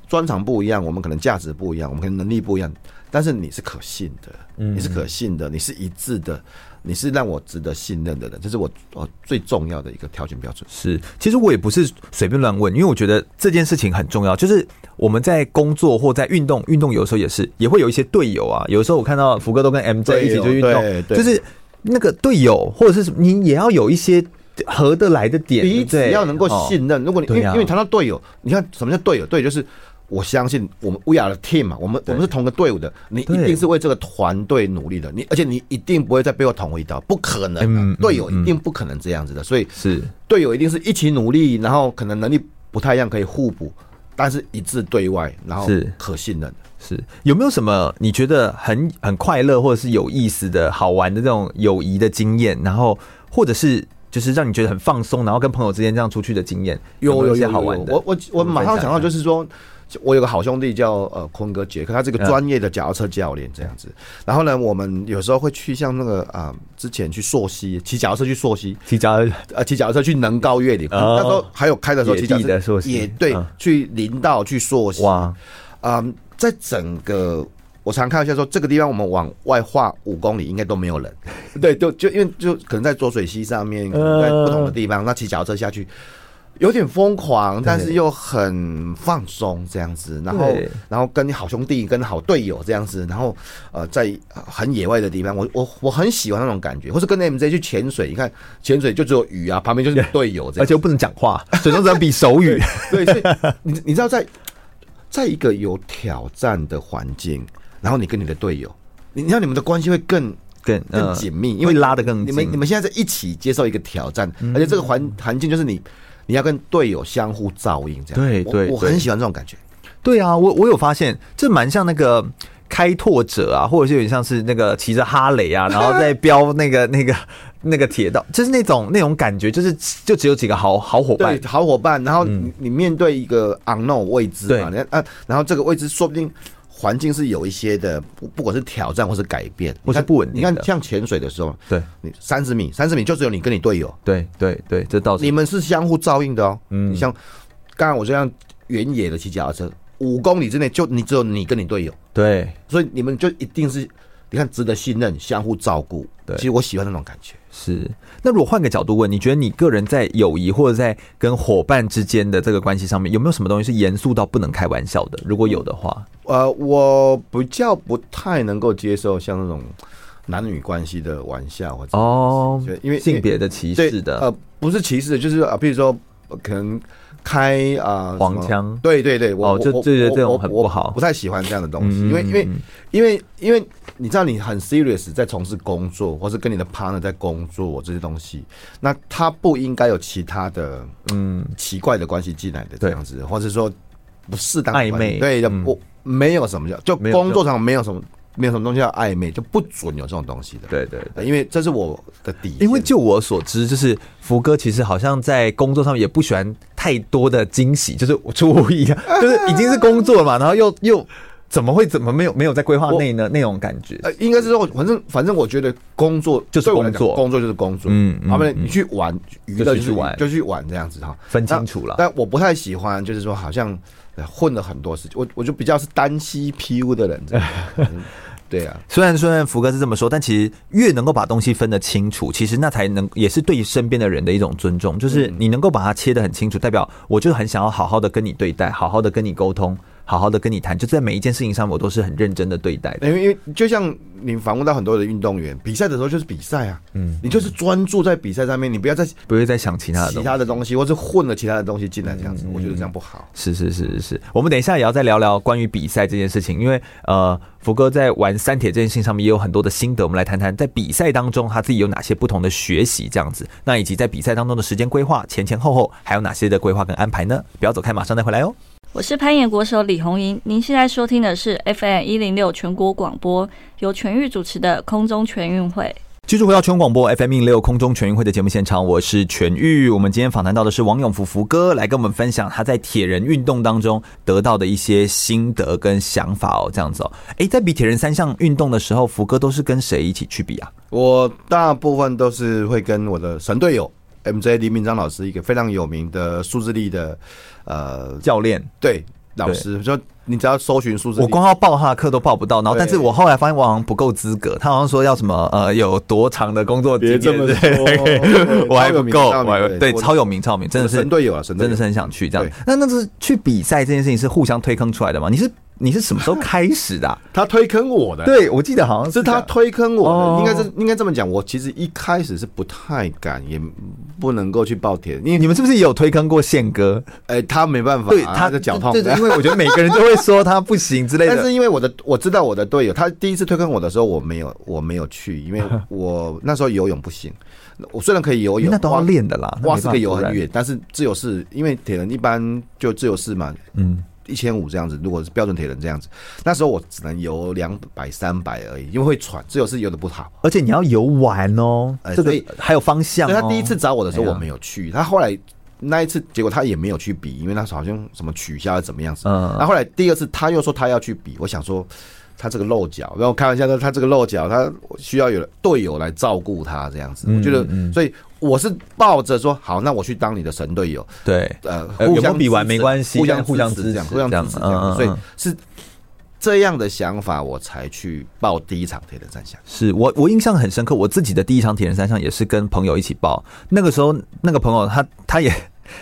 专长不一样，我们可能价值不一样，我们可能能力不一样，但是你是可信的，
嗯
你是可信的，你是一致的，你是让我值得信任的人，这是我我最重要的一个挑选标准。
是，其实我也不是随便乱问，因为我觉得这件事情很重要。就是我们在工作或在运动，运动有时候也是，也会有一些队友啊。有时候我看到福哥都跟 M 在一起就运
对
动，
对
就是那个队友或者是什么你也要有一些合得来的点，对
彼
不
此
对
要能够信任。如果你因
对
为
啊
因为谈到队友，你看什么叫队友？队友就是我相信我们 we are the team 嘛，我们我们是同个队伍的，你一
对
定是为这个团队努力的，你而且你一定不会在背后捅我一刀，不可能
嗯嗯
的，队友一定不可能这样子的，所以
是
队友一定是一起努力，然后可能能力不太一样，可以互补。但是一致对外，然后
是
可信任。
是，有没有什么你觉得很很快乐或者是有意思的好玩的这种友谊的经验？然后或者是就是让你觉得很放松，然后跟朋友之间这样出去的经验，没有一些好玩的？
我我我
们
马上
分享
想到
一下
就是说，我有个好兄弟叫呃坤哥杰克，他是个
嗯
专业的脚踏车教练这样子。然后呢，我们有时候会去像那个啊、之前去溯溪骑脚踏车去溯溪，
提交
呃，骑脚踏车去能高越岭，
哦
那时候还有开的时候
野
骑脚
地的
踏
溯
车
溪
也对
嗯，
去林道去溯溪。
哇，
啊、在整个我常开玩笑说，这个地方我们往外画五公里应该都没有人， 对，就就因为就可能在浊水溪上面，可能在不同的地方，那骑脚踏车下去，有点疯狂，但是又很放松这样子，然后
对
然后跟好兄弟、跟好队友这样子，然后呃，在很野外的地方，我我我很喜欢那种感觉，或是跟 MJ 去潜水，你看潜水就只有鱼啊，旁边就是队友这
而
样
且，又不能讲话，水中只能比手语。
对，所以你你知道在在一个有挑战的环境，然后你跟你的队友，你你知道你们的关系会更
更
更
呃
紧密，因
会
为
拉得更
你
紧。
们你们现在在一起接受一个挑战，而且这个
嗯
环环境就是你你要跟队友相互照应，这样
对
我
对
我
对
很喜欢这种感觉。
对啊，我我有发现，这蛮像那个开拓者啊，或者是有点像是那个骑着哈雷啊，然后在飙那个 那个那个铁道，就是那种那种感觉，就是就只有几个好好伙伴
对，。好伙伴，然后
嗯
你你面对一个 unknown 未知嘛，你看啊，然后这个未知说不定环境是有一些的，不不管是挑战或是改变，
或是
你看
不稳定
你
的
看像潜水的时候，
对
你三十米，三十米就只有你跟你队友，
对对对，这倒是
你们是相互照应的哦。嗯，像刚刚我这样原野的骑脚踏车，五公里之内就你只有你跟你队友，
对。
所以你们就一定是你看值得信任、相互照顾。
对
其实我喜欢那种感觉。
是，那如果换个角度问，你觉得你个人在友谊或者在跟伙伴之间的这个关系上面，有没有什么东西是严肃到不能开玩笑的？如果有的话，
呃，我比较不太能够接受像那种男女关系的玩笑或者
哦
对，因为
性别的歧
对
视的，
呃，不是歧视的，就是啊，呃比如说呃可能开啊
黄。
什么
腔
对对对，我
哦就
我
对对
我
这种
我
很
我
不好
不太喜欢这样的东西，
嗯
因为因为
嗯嗯
因为因为你知道你很 serious 在从事工作，或是跟你的 partner 在工作这些东西，那他不应该有其他的
嗯，
奇怪的关系进来的这
对
样子，或者说不适当的
暧
关系
昧
对的，
嗯
我没有什么叫就
没有
工作上没有什么没有什么东西叫暧昧，就不准有这种东西的。
对对对。
对，因为这是我的底线。
因为就我所知，就是福哥其实好像在工作上面也不喜欢太多的惊喜，就是出乎意料，就是已经是工作了嘛，然后又又怎么会怎么没有没有在规划内呢？那种感觉，
呃，应该是说，反正反正我觉得工作
就是
对我来讲
工作
工作就是工作。
嗯嗯
他们
嗯
你去玩娱乐
就去
是
玩
就去玩这样子哈。
分清楚了。
但我不太喜欢，就是说好像呃混了很多事情，我我就比较是单膝 PU 的人这样。嗯对啊，
虽然虽然福哥是这么说，但其实越能够把东西分得清楚，其实那才能也是对身边的人的一种尊重。就是你能够把它切得很清楚，代表我就很想要好好的跟你对待，好好的跟你沟通，好好的跟你谈，就在每一件事情上我都是很认真的对待的。
因为因为就像你访问到很多的运动员，比赛的时候就是比赛啊，嗯，你就是专注在比赛上面，你不要再
不会再想其他的
其
东西。嗯
他的东西，或是混了其他的东西进来这样子，我觉得这样不好。
是是是是是，我们等一下也要再聊聊关于比赛这件事情，因为呃，福哥在玩三铁这件事情上面也有很多的心得，我们来谈谈在比赛当中他自己有哪些不同的学习，这样子，那以及在比赛当中的时间规划前前后后还有哪些的规划跟安排呢？不要走开，马上再回来哦。
我是攀岩国手李红莹，您现在收听的是 FM 一零六全国广播，由全域主持的空中全运会。
继续回到全国广播 FM 一六空中全运会的节目现场，我是全玉。我们今天访谈到的是王永福福哥，来跟我们分享他在铁人运动当中得到的一些心得跟想法哦，这样子哦。诶，在比铁人三项运动的时候，福哥都是跟谁一起去比啊？
我大部分都是会跟我的神队友 MJ 黎明章老师，一个非常有名的数字力的呃
教练，
对老师，就你只要搜寻数字
我
力，
光要报他的课都报不到，然后
对
但是我后来发现我好像不够资格，他好像说要什么呃有多长的工作经验，对
说
我还不够，
超有名
我还不对
我的
超有名超有名，真的
我
是
神队友啊，神队
真
友
的是很想去这样
对。
那那是去比赛这件事情是互相推坑出来的吗？你是你是什么时候开始的啊、
他推坑我的，
对，我记得好像
是
哦这
他
样
推坑我的，
哦
应该是应该这么讲。我其实一开始是不太敢，也不能够去报铁，因为
你们是不是也有推坑过宪哥？
哎、他没办法，
对
他
他
的脚痛
对，。对因为我觉得每个人都会说他不行之类
但
的。
是因为我的我知道我的队友，他第一次推坑我的时候，我没有我没有去， 因为我那时候游泳不行。我虽然可以游泳，
那都要
蛙
练的啦，那没
蛙
办
式
法
可以游很
突然。
远，但是自由式因为铁人一般就自由式嘛，
嗯，
一千五这样子，如果是标准铁人这样子，那时候我只能游两百三百而已，因为会喘，自由式游的不好。
而且你要游玩哦，
哎
这个
所以
还有方向、哦。
所以他第一次找我的时候
哎呀
我没有去，他后来那一次结果他也没有去比，因为那时候好像什么取消还是怎么样子。
嗯
那后来第二次他又说他要去比，我想说他这个漏脚，然后开玩笑说他这个漏脚，他需要有队友来照顾他这样子。我觉得，
嗯
所以我是抱着说好，那我去当你的神队友，
对，
呃，
呃
互
有没有
相
比完
支持
没关系
互
但
相
互相
支
支
持这样，
持
互相
这样
支持这样
嗯嗯
子，所以
嗯
是这样的想法，我才去报第一场铁人三项。
是我我印象很深刻，我自己的第一场铁人三项也是跟朋友一起报，那个时候那个朋友他他也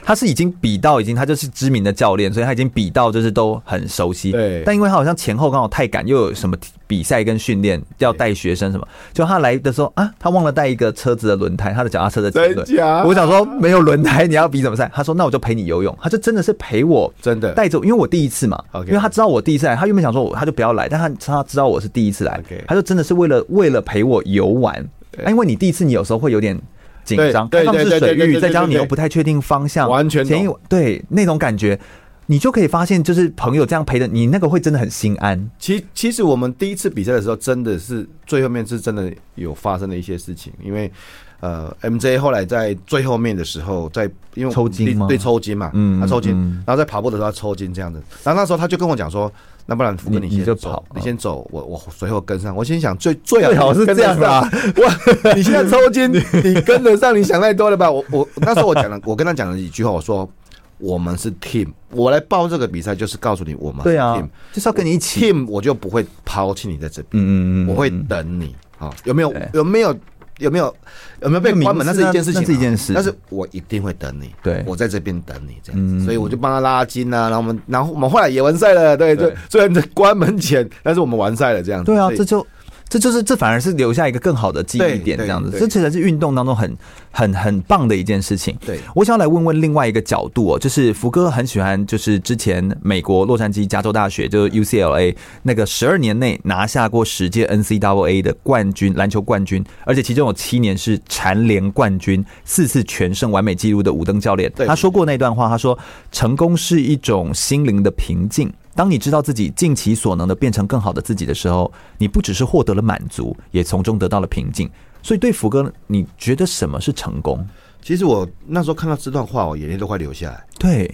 他是已经比到已经他就是知名的教练，所以他已经比到就是都很熟悉。
对
但因为他好像前后刚好太赶，又有什么比赛跟训练要带学生什么，就他来的时候啊，他忘了带一个车子的轮胎，他的脚踏车的前轮
真。假
我想说没有轮胎你要比怎么赛？他说那我就陪你游泳，他就真的是陪我
真的
带着我，因为我第一次嘛
OK
因为他知道我第一次来，他原本想说我他就不要来，但他他知道我是第一次来
OK
他就真的是为了为了陪我游玩，啊因为你第一次你有时候会有点。紧张，
对
开
对
放式
对对
水
对对
域，
对
再加上你
对
又不太确定方向，
完全
前一
懂
对那种感觉，你就可以发现，就是朋友这样陪着你，那个会真的很心安。
其其实我们第一次比赛的时候，真的是最后面是真的有发生了一些事情，因为呃，MJ 后来在最后面的时候，在因为
抽筋吗
对抽筋嘛，
嗯
他抽筋
嗯，
然后在跑步的时候他抽筋这样子，然后那时候他就跟我讲说，那不然福哥
你
先
你就
走
跑嗯
你先走，我我随后跟上。我心想最最
最好是
跟得
这样啊啦
上，我 你现在抽 筋，你跟得上，你想太多了吧？我我那时候我讲了，我跟他讲了一句话，我说我们是 team，我来报这个比赛就是告诉你我们是
对啊
team。，
就是要跟你一起。
team 我就不会抛弃你在这边，
嗯嗯嗯嗯嗯
我会等你啊、有没有有没有有没有有没有被关门？
那
那
个名字
是一件事情啊、
那是一件事
但是我一定会等你，
对嗯
我在这边等你这样子，所以我就帮他拉筋啊，然后我们然后我们后来也完赛了，对，就
对
虽然在关门前，但是我们完赛了这样子，
对啊，
所以
这就这就是这反而是留下一个更好的记忆
对
点，这
对
样子，
对
这其实是运动当中很很很棒的一件事情。
对
我想要来问问另外一个角度哦，就是福哥很喜欢，就是之前美国洛杉矶加州大学就是 UCLA 那个十二年内拿下过十届 NCAA 的冠军篮球冠军，而且其中有七年是蝉联冠军，四次全胜完美纪录的五登教练，
对
他说过那段话，他说成功是一种心灵的平静。当你知道自己尽其所能的变成更好的自己的时候，你不只是获得了满足，也从中得到了平静。所以，对福哥，你觉得什么是成功？
其实我那时候看到这段话，我眼泪都快流下来。
对，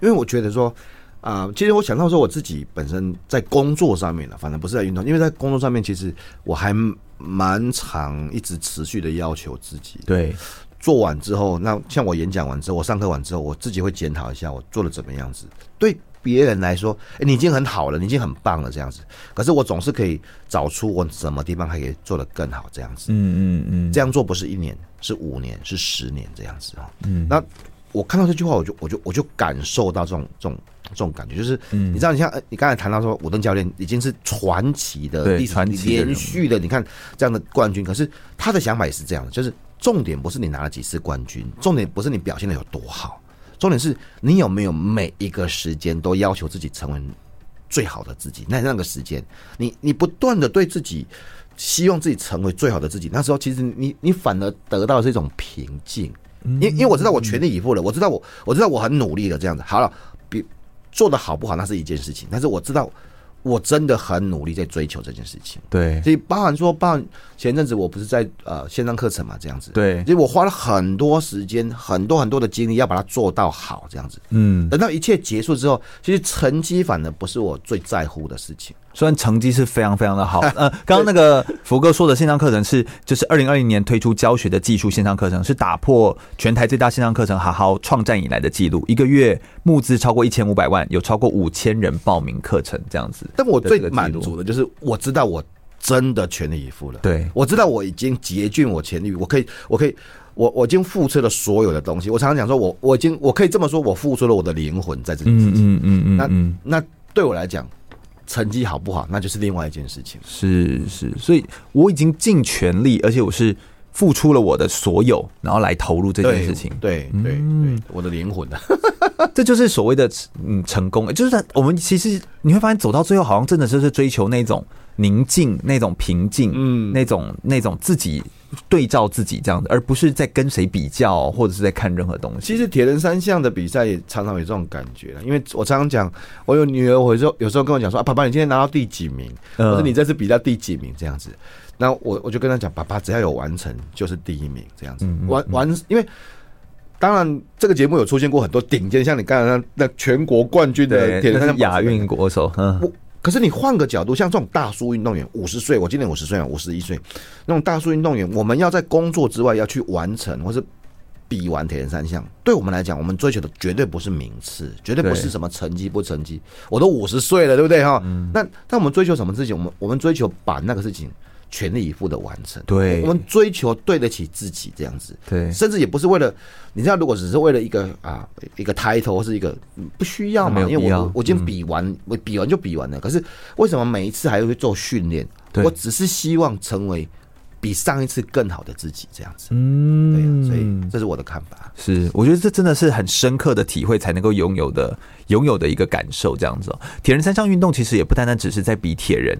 因为我觉得说，啊、其实我想到说我自己本身在工作上面了，啊反正不是在运动，因为在工作上面其实我还蛮常一直持续的要求自己。
对，
做完之后，那像我演讲完之后，我上课完之后，我自己会检讨一下我做的怎么样子。对别人来说，哎、你已经很好了，你已经很棒了这样子。可是我总是可以找出我什么地方还可以做得更好这样子。
嗯嗯嗯，
这样做不是一年，是五年，是十年这样子啊。嗯，那我看到这句话，我就我就我就感受到这种这种这种感觉，就是、
嗯
你知道，你像呃你刚才谈到说，武登教练已经是传奇的
对
历史
传奇的人物
连续的，你看这样的冠军，可是他的想法也是这样的，就是呃重点不是你拿了几次冠军，重点不是你表现的有多好，重点是你有没有每一个时间都要求自己成为最好的自己。那那个时间，你你不断的对自己，希望自己成为最好的自己。那时候其实你你反而得到的是一种平静，因因为我知道我全力以赴了，我知道我我知道我很努力了，这样子好了，比做的好不好那是一件事情，但是我知道我真的很努力在追求这件事情。
对
所以包含说，包含前阵子我不是在呃线上课程嘛，这样子，
对
所，以我花了很多时间、很多很多的精力要把它做到好，这样子。
嗯，
等到一切结束之后，其实成绩反而不是我最在乎的事情。
虽然成绩是非常非常的 好，呃，刚刚那个福哥说的线上课程是，就是二零二零年推出教学的技术线上课程，是打破全台最大线上课程好好创战以来的记录，一个月募资超过一千五百万，有超过五千人报名课程这样子。
但我
的
最
这个记
满
录
足的就是，我知道我真的全力以赴了。
对
我知道我已经竭尽我全力，我可以，我可以，我我已经付出了所有的东西。我常常讲说我，我已经，我可以这么说，我付出了我的灵魂在这件事
嗯
情。
嗯嗯嗯
那
嗯，
那对我来讲，成绩好不好，那就是另外一件事情。
是是，所以我已经尽全力，而且我是付出了我的所有，然后来投入这件
对
事情。嗯
对对对，我的灵魂啊，
这就是所谓的嗯成功，就是我们其实你会发现走到最后，好像真的就是追求那种宁静、那种平静，嗯，那种那种自己对照自己这样子，而不是在跟谁比较，或者是在看任何东西。
其实铁人三项的比赛也常常有这种感觉啦因为我常常讲，我有女儿，我有时候有时候跟我讲说啊，爸爸，你今天拿到第几名？
嗯
我说你这次比赛第几名？这样子，那我我就跟他讲，爸爸只要有完成就是第一名，这样
嗯
子，完完，因为。当然，这个节目有出现过很多顶尖，像你刚才那那全国冠军的
对，
铁人
那
三
是
项
亚运国手，嗯，
我可是你换个角度，像这种大叔运动员，五十岁，我今年五十岁啊，五十一岁，那种大叔运动员，我们要在工作之外要去完成，或是比完铁人三项，对我们来讲，我们追求的绝对不是名次，绝对不
对
是什么成绩不成绩。我都五十岁了，对不对哈？那那我们追求什么事情？我们我们追求把那个事情全力以赴的完成。
对
我们追求对得起自己这样子。
对
甚至也不是为了，你知道，如果只是为了一个啊一个 title 或是一个嗯不需要嘛，
那没有
因
必
为
要嗯
我我我已经比完，我比完就比完了。可是为什么每一次还要去做训练？
对
我只是希望成为比上一次更好的自己这样子。对啊、
嗯
所以这是我的看法。
是，我觉得这真的是很深刻的体会，才能够拥有的拥有的一个感受，这样子、哦。铁人三项运动其实也不单单只是在比铁人，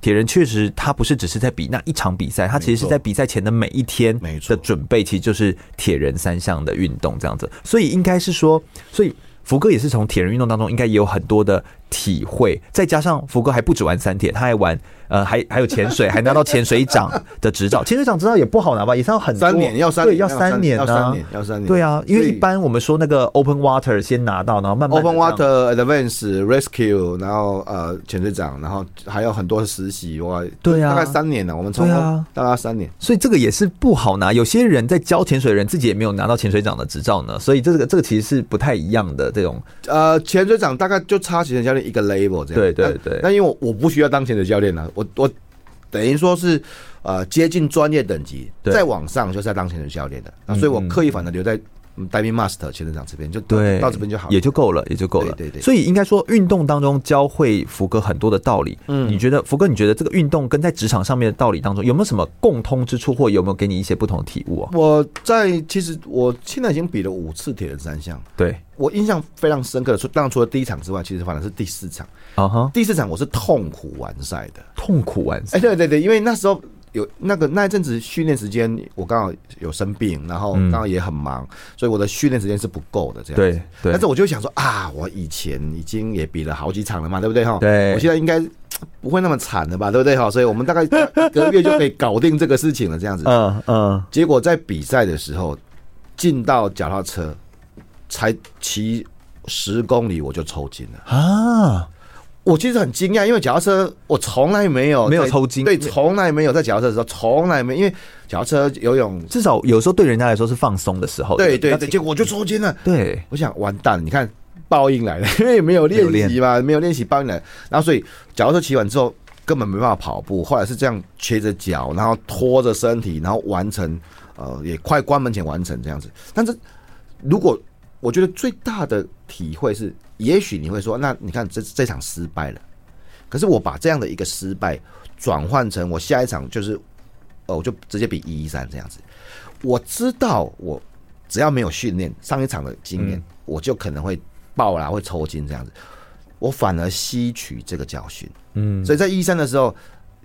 铁人确实他不是只是在比那一场比赛，他其实是在比赛前的每一天
没错
的准备，其实就是铁人三项的运动这样子。所以应该是说，所以福哥也是从铁人运动当中应该也有很多的体会，再加上福哥还不止玩三铁，他还玩呃还还有潜 水，还拿到潜水长的执照，潜水长执照也不好拿吧，也是要很多
三年要三
对
年
要三年
要
啊
三年要三年
对啊，因为
所
一
以
般我们说那个 open water 先拿到，然后慢慢地
Open
这样
Water Advance Rescue，然后呃潜水长，然后还有很多实习，哇，
对啊
大概三年了，我们从
对啊
大概三年，
所以这个也是不好拿。有些人在教潜水的人自己也没有拿到潜水长的执照呢，所以这个这个其实是不太一样的这种
呃，潜水长大概就差潜水教练一个 label 这样，
对对对
但但因为我我不需要当潜水教练了，啊我我等于说是呃接近专业等级，
对嗯
再往上就是要当潜水教练的，那所以我刻意反而留在嗯 diving master 潜水长这边，就到
对
到这边就好了，
也就够了，也就够了。
对对对
所以应该说，运动当中教会福哥很多的道理。嗯，你觉得福哥，你觉得这个运动跟在职场上面的道理当中有没有什么共通之处，或有没有给你一些不同的体悟啊？
我在其实我现在已经比了五次铁人三项。
对，
我印象非常深刻的，除当然除了第一场之外，其实反而是第四场。
啊哈，
第四场我是痛苦完赛的。
痛苦完
哎、
赛，
对对对，因为那时候有那个那一阵子训练时间，我刚好有生病，然后
嗯
刚好也很忙，所以我的训练时间是不够的。这样子
对对
但是我就想说啊，我以前已经也比了好几场了嘛，对不对哈？
对
我现在应该不会那么惨了吧，对不对哈？所以我们大概隔月就可以搞定这个事情了，这样子。
嗯嗯，
结果在比赛的时候，进到脚踏车，才骑十公里我就抽筋了。
啊，
我其实很惊讶，因为脚踏车我从来没有
没有
在
抽筋
对，从来没有在脚踏车的时候，从来没有因为脚踏车游泳，
至少有时候对人家来说是放松的时候。
对对
不
对，结果我就抽筋了。
对，
我想完蛋，你看报应来了， 因为没有练习嘛，没有练习报应来了，然后所以脚踏车骑完之后根本没办法跑步，后来是这样瘸着脚，然后拖着身体，然后完成，呃，也快关门前完成这样子。但是如果我觉得最大的体会是，也许你会说，那你看这这场失败了，可是我把这样的一个失败转换成我下一场就是，呃，我就直接比一一三这样子。我知道我只要没有训练上一场的经验，我就可能会爆啦，会抽筋这样子。我反而吸取这个教训，嗯，所以在一三的时候，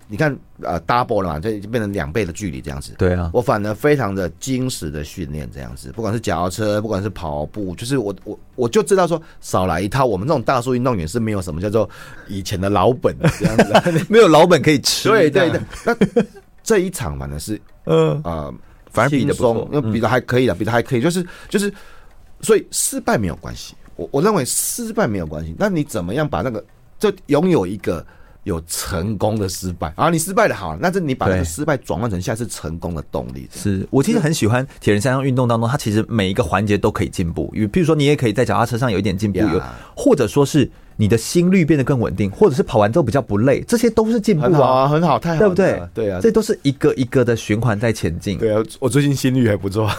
你看呃 double 了嘛，这就变成两倍的距离这样子，
对啊，
我反而非常的精实的训练这样子，不管是脚踏车，不管是跑步，就是我我我就知道说少来一套，我们这种大叔运动员是没有什么叫做以前的老本的这样子。
没有老本可以吃。啊
对对对， 那这一场反正是
嗯，
呃，
反而比得不
轻
错嗯
松，因为比的还可以的，比的还可以，就是就是，所以失败没有关系，我我认为失败没有关系。那你怎么样把那个就拥有一个有成功的失败啊？你失败了好，那这你把那
对
个失败转换成下次成功的动力。这样
是我其实很喜欢铁人三项运动当中，它其实每一个环节都可以进步。比比如说，你也可以在脚踏车上有一点进步，
呀
有或者说是你的心率变得更稳定，或者是跑完之后比较不累，这些都是进步
很好
啊，
啊，很好，太好了，
对不对？
对啊，
这都是一个一个的循环在前进。
对啊，我最近心率还不错。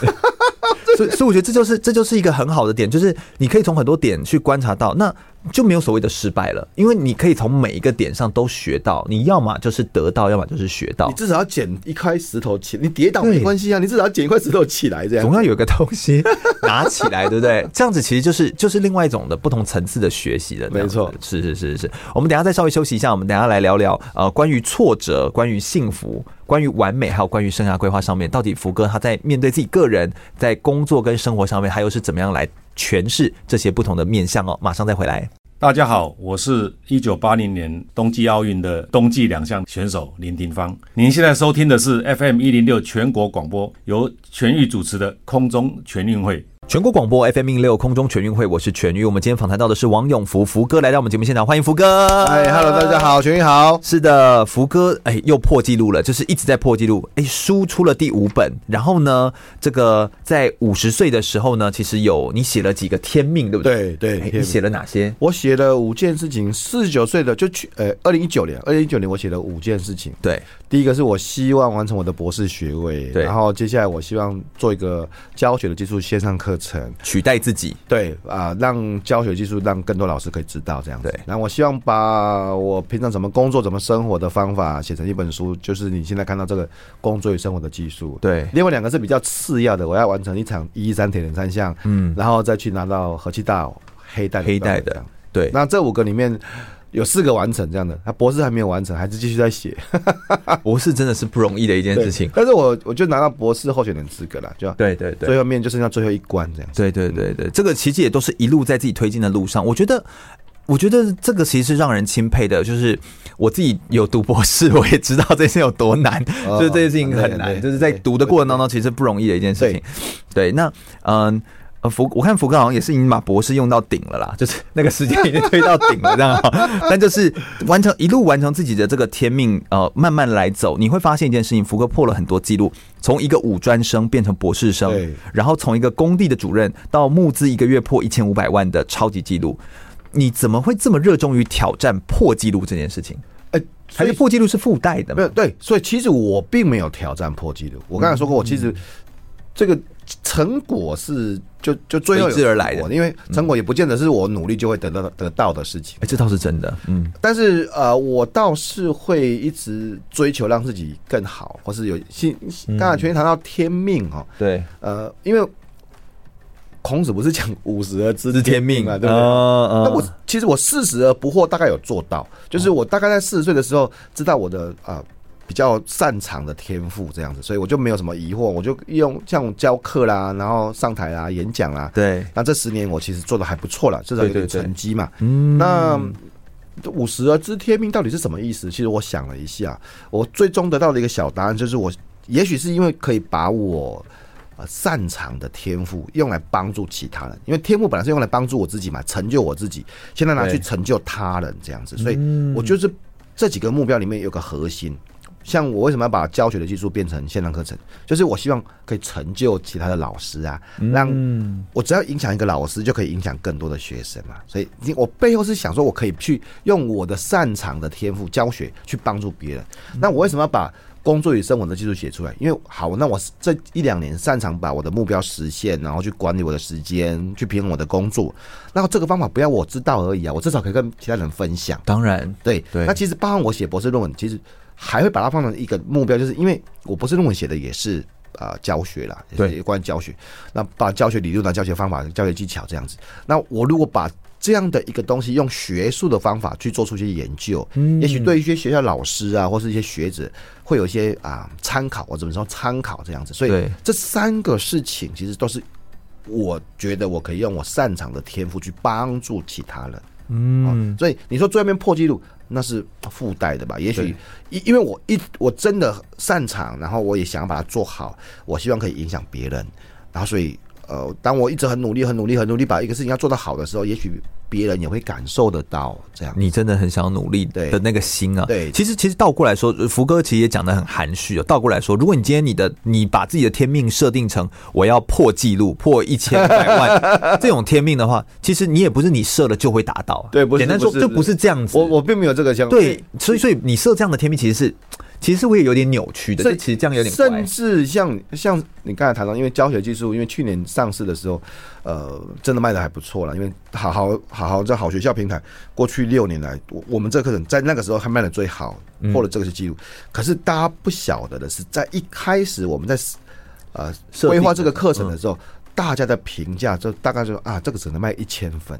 所以，所以我觉得这就是这就是一个很好的点，就是你可以从很多点去观察到，那就没有所谓的失败了，因为你可以从每一个点上都学到，你要么就是得到，要么就是学到
你，至少要捡一块石头起，你跌倒
对
没关系啊，你至少要捡一块石头起来这样
总。要有一个东西拿起来，对不 对？这样子其实就是就是另外一种的不同层次的学习了。这样子
没错
是是是是。我们等一下再稍微休息一下，我们等一下来聊聊呃关于挫折、关于幸福、关于完美，还有关于生涯规划上面，到底福哥他在面对自己个人、在工作跟生活上面，他又是怎么样来诠释这些不同的面向哦？马上再回来。
大家好，我是一九八零年冬季奥运的冬季两项选手林廷芳。您现在收听的是 FM 一零六全国广播，由全域主持的空中全运会。
全国广播 FM 一六空中全运会，我是全玉。我们今天访谈到的是王永福，福哥来到我们节目现场，欢迎福哥。
哎，Hello，大
啊
家好，全宇好。
是的，福哥，哎，又破纪录了，就是一直在破纪录，哎，书出了第五本，然后呢，这个在五十岁的时候呢，其实有你写了几个天命，对不对？
对对
哎，
天
你
命
写了哪些？
我写写了五件事情，四十九岁的就去，呃，二零一九年，二零一九年我写了五件事情。
对，
第一个是我希望完成我的博士学位，
对
然后接下来我希望做一个教学的技术线上课程，
取代自己，
对啊、让教学技术让更多老师可以知道这样子
对。
然后我希望把我平常怎么工作、怎么生活的方法写成一本书，就是你现在看到这个工作与生活的技术。
对
另外两个是比较次要的，我要完成一场一一三铁人三项，嗯，然后再去拿到和气大黑带
黑带的
这样
对，
那这五个里面。有四个完成这样的，他博士还没有完成，还是继续在写
博士真的是不容易的一件事情。
但是我我就拿到博士候选人资格了，就
对对对
最。后面就剩下最后一关这样子。嗯
对对对对，这个其实也都是一路在自己推进的路上。我觉得，我觉得这个其实是让人钦佩的，就是我自己有读博士，我也知道这件事情有多难，
哦
就是这件事情很
对
难，
对
就是在读的过程当中，其实不容易的一件事情。对，那嗯。呃，福，我看福哥好像也是已经把博士用到顶了啦，就是 那个时间已经推到顶了这样哈、但就是完成一路完成自己的这个天命，呃，慢慢来走，你会发现一件事情，福哥破了很多记录，从一个五专生变成博士生，
对
然后从一个工地的主任到募资一个月破一千五百万的超级纪录，你怎么会这么热衷于挑战破纪录这件事情？
哎、
还是破纪录是附带的
没有
吗？
对，所以其实我并没有挑战破纪录。我刚才说过，我
嗯
其实这个成果是就就最后有
随之而来的嗯
成果因为成果也不见得是我努力就会得到得到的事情
哎、。这倒是真的，嗯，
但是呃，我倒是会一直追求让自己更好，或是有新。
嗯
刚才全谈到天命哦，
对，
呃，因为孔子不是讲五十而知
是天命
嘛，对不对？
嗯
那我其实我四十而不惑，大概有做到，就是我大概在四十岁的时候知道我的啊、呃比较擅长的天赋这样子，所以我就没有什么疑惑，我就用像教课啦，然后上台啦、演讲啦，
对，
那这十年我其实做的还不错了，至少有
对对
点
对
成绩嘛。嗯，那五十而知天命到底是什么意思？其实我想了一下，我最终得到的一个小答案就是我，也许是因为可以把我。呃，擅长的天赋用来帮助其他人，因为天赋本来是用来帮助我自己嘛，成就我自己，现在拿去
对
成就他人这样子，所以我就是这几个目标里面有个核心。像我为什么要把教学的技术变成线上课程，就是我希望可以成就其他的老师啊，
嗯
让我只要影响一个老师，就可以影响更多的学生嘛。所以你，我背后是想说，我可以去用我的擅长的天赋教学去帮助别人。那我为什么要把工作与生活的技术写出来？因为好，那我这一两年擅长把我的目标实现，然后去管理我的时间，去平衡我的工作。那这个方法不要我知道而已啊，我至少可以跟其他人分享。
当然，
对，
对
那其实包含我写博士论文，其实还会把它放成一个目标，就是因为我博士论文写的也是啊、呃教学啦，也
对
是有关于教学，那把教学理论啊、教学方法、教学技巧这样子。那我如果把这样的一个东西用学术的方法去做出一些研究，
嗯
也许对一些学校老师啊，或是一些学者会有一些啊参、考，我怎么说参考这样子。所以
对
这三个事情其实都是我觉得我可以用我擅长的天赋去帮助其他人。嗯、所以你说最后面破纪录，那是附带的吧？也许因因为我一我真的擅长，然后我也想把它做好，我希望可以影响别人，然后所以呃，当我一直很努力、很努力、很努力把一个事情要做到好的时候，也许别人也会感受得到这样。
你真的很想努力
对
的那个心啊。
对
其实其实倒过来说，呃福哥其实也讲的很含蓄哦。倒过来说，如果你今天你的你把自己的天命设定成我要破纪录，破一千百 万这种天命的话，其实你也不是你设了就会达到啊。
对不是
简单说
不是
就
不
不
是
是这样子。
我我并没有这个想法，
对，所以所以你设这样的天命，其实是其实会有点扭曲的。
甚
这其实这样有点怪
甚。至像像你刚才谈到，因为教学技术，因为去年上市的时候，呃，真的卖的还不错了。因为好好好好在好学校平台，过去六年来，我我们这课程在那个时候还卖的最好，
嗯
破了这个是记录。可是大家不晓得的是，在一开始我们在呃
设定
规划这
的嗯
个课程的时候，大家的评价就大概就啊，这个只能卖一千分。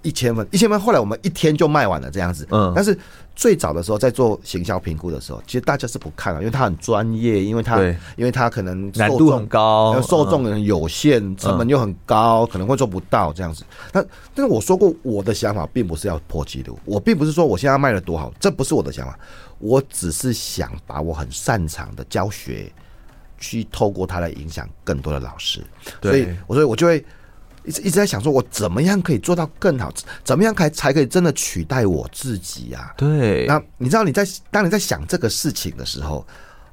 一千份，一千份，后来我们一天就卖完了这样子。
嗯
但是最早的时候，在做行销评估的时候，其实大家是不看的，啊因为它很专业，因为它
对
因为它可能受
难
众呃
度很高，嗯
受众人有限，成本又很高，可能会做不到这样子。那但是我说过，我的想法并不是要破纪录，我并不是说我现在卖的多好，这不是我的想法，我只是想把我很擅长的教学，去透过它来影响更多的老师。
对
所以，我所以我就会。一直一直在想，说我怎么样可以做到更好？怎么样才才可以真的取代我自己啊？
对，嗯
那你知道你在当你在想这个事情的时候，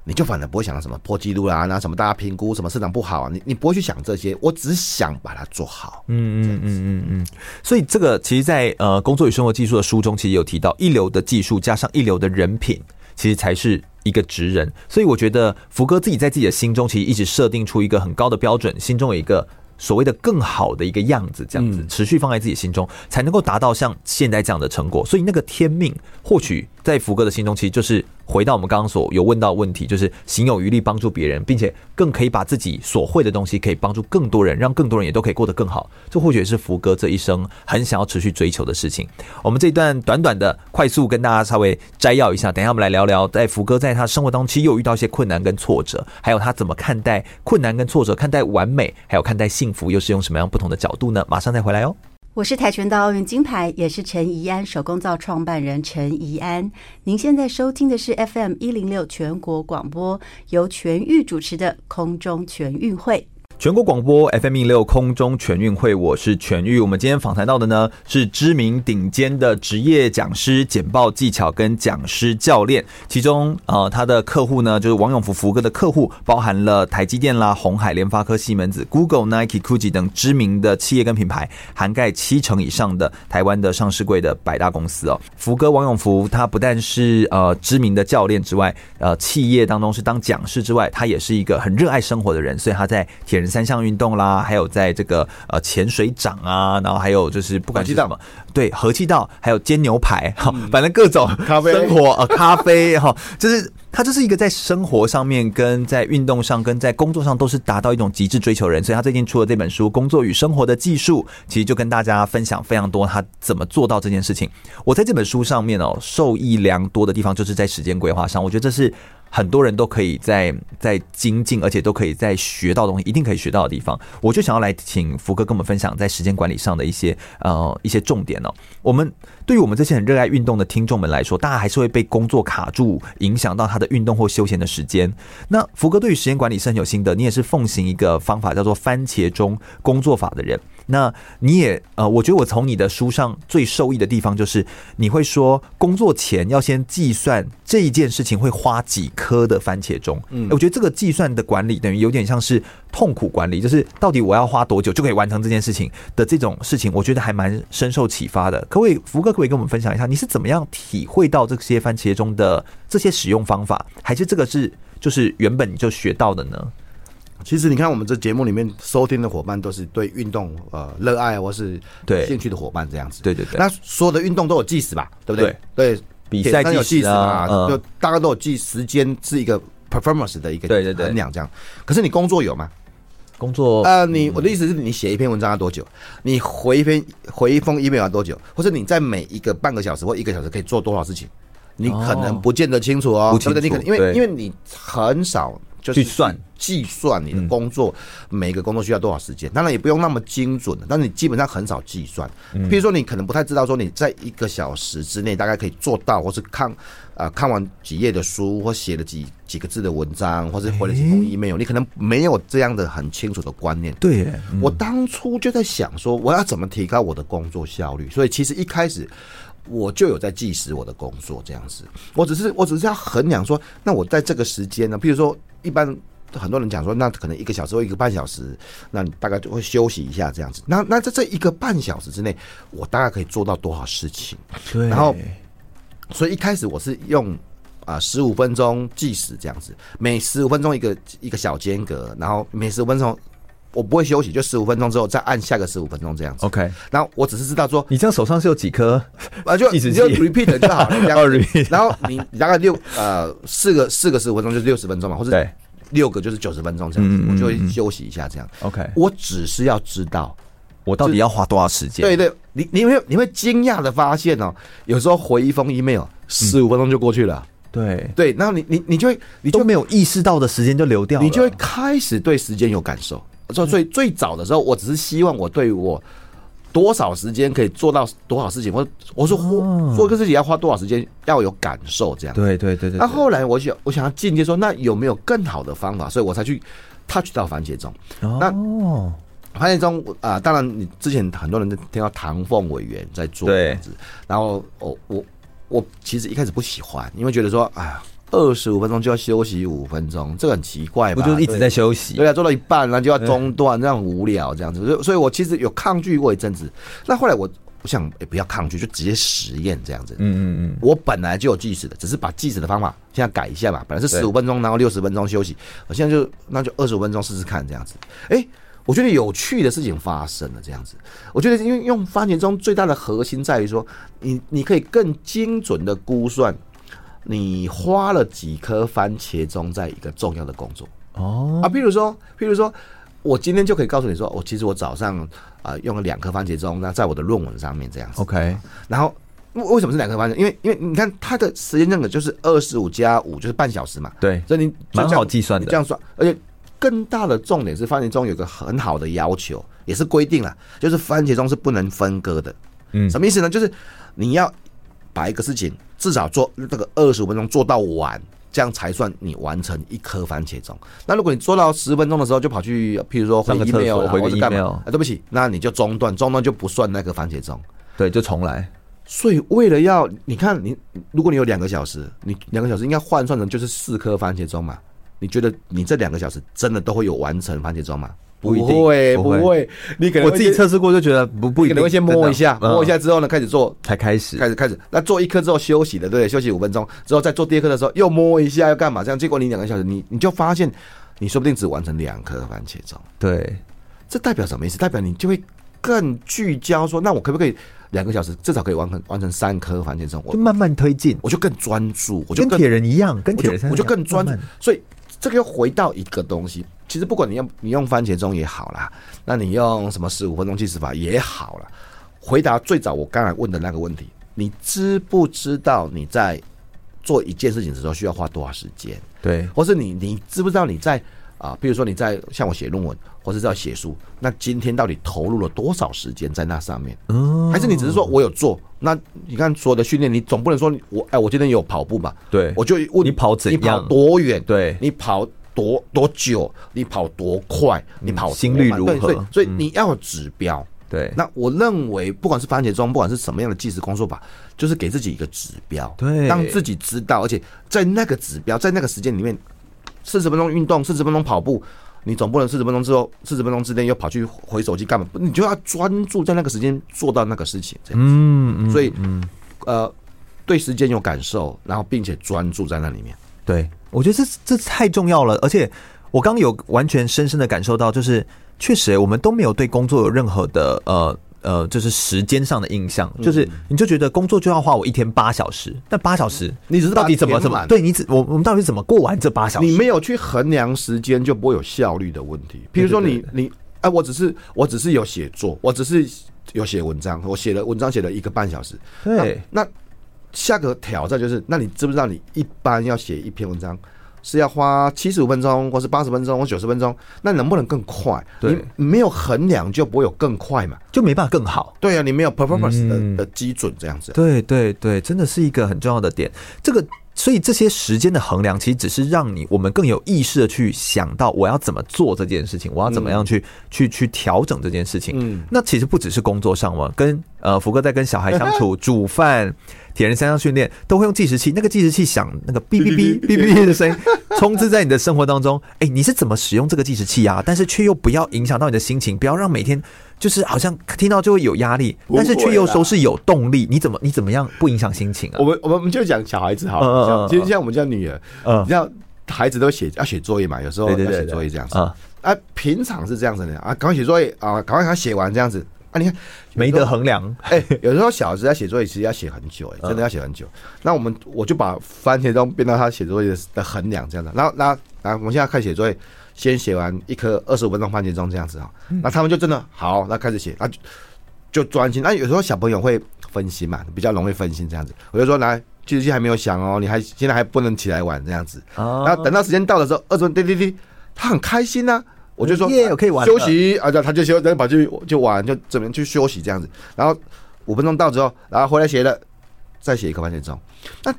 你就反而不会想到什么破纪录啊啦，那什么大家评估什么市场不好啊，你你不会去想这些，我只想把它做好。
嗯嗯嗯嗯嗯，所以这个其实在，呃《工作与生活技术》的书中，其实有提到一流的技术加上一流的人品，其实才是一个职人。所以我觉得福哥自己在自己的心中，其实一直设定出一个很高的标准，心中有一个所谓的更好的一个样子，这样子持续放在自己心中，才能够达到像现在这样的成果。所以那个天命，或许在福哥的心中，其实就是回到我们刚刚所有问到的问题，就是行有余力帮助别人，并且更可以把自己所会的东西，可以帮助更多人，让更多人也都可以过得更好。这或许也是福哥这一生很想要持续追求的事情。我们这一段短短的、快速跟大家稍微摘要一下，等一下我们来聊聊，在福哥在他生活当中，其实有遇到一些困难跟挫折，还有他怎么看待困难跟挫折，看待完美，还有看待幸福，又是用什么样不同的角度呢？马上再回来哦。
我是跆拳道奥运金牌，也是陈怡安手工皂创办人陈怡安。您现在收听的是 FM 一零六全国广播，由全域主持的空中全运会。
全国广播 FM 一六空中全运会，我是全玉。我们今天访谈到的呢是知名顶尖的职业讲师、简报技巧跟讲师教练，其中呃他的客户呢就是王永福福哥的客户，包含了台积电啦、红海、联发科、西门子、Google、Nike、Gucci 等知名的企业跟品牌，涵盖七成以上的台湾的上市柜的百大公司哦。福哥王永福他不但是呃知名的教练之外，呃企业当中是当讲师之外，他也是一个很热爱生活的人，所以他在铁人三项运动啦，还有在这个呃潜水长啊，然后还有就是不管是什么，对和气道，还有煎牛排，哈、反正各种
嗯咖啡
生活呃咖啡哈、就是他就是一个在生活上面、跟在运动上、跟在工作上都是达到一种极致追求的人，所以他最近出了这本书《工作与生活的技术》，其实就跟大家分享非常多他怎么做到这件事情。我在这本书上面哦，受益良多的地方就是在时间规划上，我觉得这是很多人都可以在在精进，而且都可以在学到东西，一定可以学到的地方。我就想要来请福哥跟我们分享在时间管理上的一些呃一些重点哦。我们对于我们这些很热爱运动的听众们来说，大家还是会被工作卡住，影响到他的运动或休闲的时间。那福哥对于时间管理是很有心得，你也是奉行一个方法叫做番茄钟工作法的人。那你也呃，我觉得我从你的书上最受益的地方就是，你会说工作前要先计算这一件事情会花几颗的番茄钟。嗯，我觉得这个计算的管理等于有点像是痛苦管理，就是到底我要花多久就可以完成这件事情的这种事情，我觉得还蛮深受启发的。可不可以，福哥可不可以跟我们分享一下，你是怎么样体会到这些番茄钟的这些使用方法，还是这个是就是原本你就学到的呢？
其实你看，我们这节目里面收听的伙伴都是对运动呃热爱或是
对
兴趣的伙伴这样子。
对对对
那所有的运动都有计时吧，对不对？对，
比赛
铁三有
计
计
时
时
啊
嘛，
嗯
就大概都有计时间是一个 performance 的一个
对对对
衡量这样。可是你工作有吗？
工作
呃，你我的意思是你写一篇文章要多久？你回一篇回一封 email 要多久？或者你在每一个半个小时或一个小时可以做多少事情？你可能不见得清楚哦，
哦不
对
清楚
不对？你可能因为
对
因为你很少就是
去算嗯
计算你的工作、每个工作需要多少时间，当然也不用那么精准的，但是你基本上很少计算。
嗯
比如说你可能不太知道说你在一个小时之内大概可以做到，或是看呃看完几页的书，或写了几几个字的文章，或是回了几封 email，、你可能没有这样的很清楚的观念。
对嗯耶，
我当初就在想说，我要怎么提高我的工作效率，所以其实一开始。我就有在计时我的工作这样子，我只是我只是要衡量说，那我在这个时间呢，譬如说，一般很多人讲说，那可能一个小时或一个半小时，那你大概就会休息一下这样子。那那在这一个半小时之内，我大概可以做到多少事情？
对
然后所以一开始我是用啊十五分钟计时这样子，每十五分钟一个一个小间隔，然后每十五分钟我不会休息，就十五分钟之后再按下个十五分钟这样子。
OK，
然后我只是知道说，
你这样手上是有几颗？
啊就
计
你
时器
就 repeat 就好 了，这
哦
样子
，repeat。
然后你你大概六呃四个四个十五分钟就是六十分钟嘛，或者
对
六个就是九十分钟这样
嗯嗯
子
嗯，
我就会休息一下这样。
OK，
我只是要知道
我到底要花多少时间？
对对，你你会你会惊讶的发现哦，有时候回一封
嗯
email 十五分钟就过去了，
对，
对，然后你你你就会你
都
就
没有意识到的时间就流掉了，嗯
你就会开始对时间有感受。所以最最早的时候，我只是希望我对于我多少时间可以做到多少事情，或我说
哦
做一个事情要花多少时间，要有感受这样。
对对对对。
那后来我想，我想要进阶说，那有没有更好的方法？所以我才去 touch 到番茄钟。那
哦，
番茄钟啊、当然你之前很多人都听到唐凤委员在做
对
哦这样子，然后我我我其实一开始不喜欢，因为觉得说啊，二十五分钟就要休息五分钟，这个很奇怪
不
吧？
就是一直在休息？
对啊，做到一半然后就要中断，这样很无聊这样子。所
嗯
以所以我其实有抗拒过一阵子，那后来我我想也、不要抗拒，就直接实验这样子。
嗯嗯
我本来就有计时的，只是把计时的方法现在改一下嘛。本来是十五分钟，然后六十分钟休息，我现在就那就二十五分钟试试看这样子。哎、我觉得有趣的事情发生了这样子。我觉得因为用番茄钟最大的核心在于说，你你可以更精准的估算你花了几颗番茄钟在一个重要的工作。哦啊，譬如说，譬如说。我今天就可以告诉你说，我、哦其实我早上啊、呃用了两颗番茄钟，那在我的论文上面这样子。
，OK，
然后为为什么是两个方向？因为因为你看它的时间那个就是二十五加五，就是半小时嘛，
对，
所以你就这样
蛮好计算的
你这样算，而且。更大的重点是，番茄钟有个很好的要求，也是规定了，就是番茄钟是不能分割的。
嗯
什么意思呢？就是你要把一个事情至少做这个二十五分钟做到完，这样才算你完成一颗番茄钟。那如果你做到十分钟的时候就跑去，譬如说回
上个厕所
email 啦
回个
或者干嘛
email
啊，对不起，那你就中断，中断就不算那个番茄钟。
对，就重来。
所以为了要你看你，如果你有两个小时，你两个小时应该换算成就是四颗番茄钟嘛？你觉得你这两个小时真的都会有完成番茄钟吗？
不一定
会，
不
不
会
会，你可能
我
会
自己
先，
测试过就觉得不不
你
一定，
可能会先摸一下，
真的
摸一下
嗯
之后呢，开始做。
才开始。
开始开始，那做一颗之后休息的，对，休息五分钟之后再做第二颗的时候又摸一下，又干嘛？这样结果你两个小时，你你就发现，你说不定只完成两颗番茄钟。
对，
这代表什么意思？代表你就会更聚焦说，那我可不可以两个小时至少可以完成完成三颗番茄钟？我
就慢慢推进，
我就更专注，我就
跟
更
铁人一样，跟
我
铁人
就
三
我就更专注
专。
所以这个又回到一个东西，其实不管你用你用番茄钟也好啦，那你用什么十五分钟计时法也好啦，回答最早我刚才问的那个问题，你知不知道你在做一件事情的时候需要花多少时间？
对，
或是你你知不知道你在啊、比如说你在像我写论文，或是在写书，那今天到底投入了多少时间在那上面？
嗯
还是你只是说我有做？那你看所有的训练，你总不能说你我哎，我今天有跑步吧？
对
我就问
你跑怎
你跑
样
多远？
对
你跑多多久？你跑多快？你跑多
心率
慢
如
对所以
何嗯
所以你要有指标。
对，
那我认为，不管是番茄钟，不管是什么样的计时工作法，就是给自己一个指标，
对
让自己知道，而且在那个指标，在那个时间里面，四十分钟运动，四十分钟跑步，你总不能四十分钟之后，四十分钟之内又跑去回手机干嘛？你就要专注在那个时间做到那个事情，这样子。
嗯嗯，
所以，呃，对时间有感受，然后并且专注在那里面。
对，我觉得这这太重要了，而且我刚有完全深深的感受到，就是确实我们都没有对工作有任何的呃。呃，就是时间上的印象，
嗯
就是你就觉得工作就要花我一天八小时，那八小时
嗯你只是把
到底怎么
填
怎么
满
对你怎我我们到底怎么过完这八小时？
你没有去衡量时间，就不会有效率的问题。比如说你你哎、我只是我只是有写作，我只是有写文章，我写了文章写了一个半小时。
对
那，那下个挑战就是，那你知不知道你一般要写一篇文章？是要花七十五分钟，或是八十分钟，或九十分钟，那能不能更快？
对嗯
你没有衡量，就不会有更快嘛。
就没办法更好。
对啊，你没有 performance 的、
嗯
的基准，这样子。
对对对，真的是一个很重要的点。这个，所以这些时间的衡量，其实只是让你我们更有意识的去想到我要怎么做这件事情，我要怎么样去、去去调整这件事情。
嗯
那其实不只是工作上嘛，跟呃福哥在跟小孩相处、煮饭、铁人三项训练，都会用计时器。那个计时器响那个哔哔哔哔哔哔的声音，充斥在你的生活当中。哎、你是怎么使用这个计时器啊？但是却又不要影响到你的心情，不要让每天就是好像听到就会有压力，但是却又说是有动力。你怎么你怎么样不影响心情啊
我？们我们我们就讲小孩子好了，
嗯嗯
像
嗯
其实像我们家女儿，
嗯
你知道孩子都写要写作业嘛，有时候
对对
要
对
写
对
作业这样子
啊，
啊，平常是这样子的啊，赶快写作业啊，赶快给他写完这样子啊，你看
没得衡量，
哎，有时候小孩子在写作业，其实要写很久，哎，真的要写很久。那我们我就把番茄钟变到他写作业的的衡量这样子，然后那那我们现在看写作业，先写完一颗二十五分钟番茄钟这样子啊，那他们就真的好，那开始写，那就就专心。那有时候小朋友会分心嘛，比较容易分心这样子，我就说来。计时器还没有响哦，你还现在还不能起来玩这样子，
哦
然后等到时间到的时候，二十分滴滴滴，他很开心呐、我就说
哎耶我可以玩了
休息啊，然后他就休，然后跑去就玩，就怎么样去休息这样子。然后五分钟到之后，然后回来写了，再写一个半点钟。那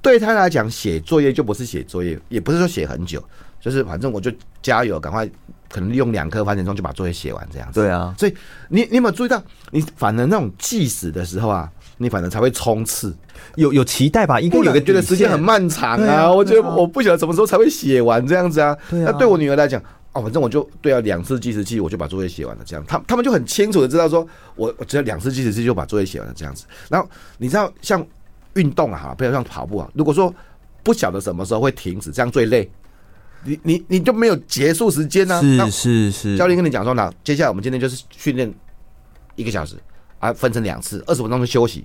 对他来讲，写作业就不是写作业，也不是说写很久，就是反正我就加油，赶快，可能利用两颗番茄钟就把作业写完这样子。
对啊，
所以你你有没有注意到，你反而那种计时的时候啊，你反正才会冲刺。
有有期待吧？应该
不
有个
然觉得
底
时间
线
很漫长
对
啊，
啊
我觉得
对啊
我不晓得什么时候才会写完这样子啊。
对啊
那对我女儿来讲，哦，反正我就对啊，两次计时器我就把作业写完了，这样，他他们就很清楚的知道说，我我只要两次计时器就把作业写完了这样子。然后你知道像运动啊，哈，不要像跑步啊，如果说不晓得什么时候会停止，这样最累。你你你就没有结束时间呢、啊？那
是是是，
教练跟你讲说呢，接下来我们今天就是训练一个小时啊，分成两次，二十分钟的休息。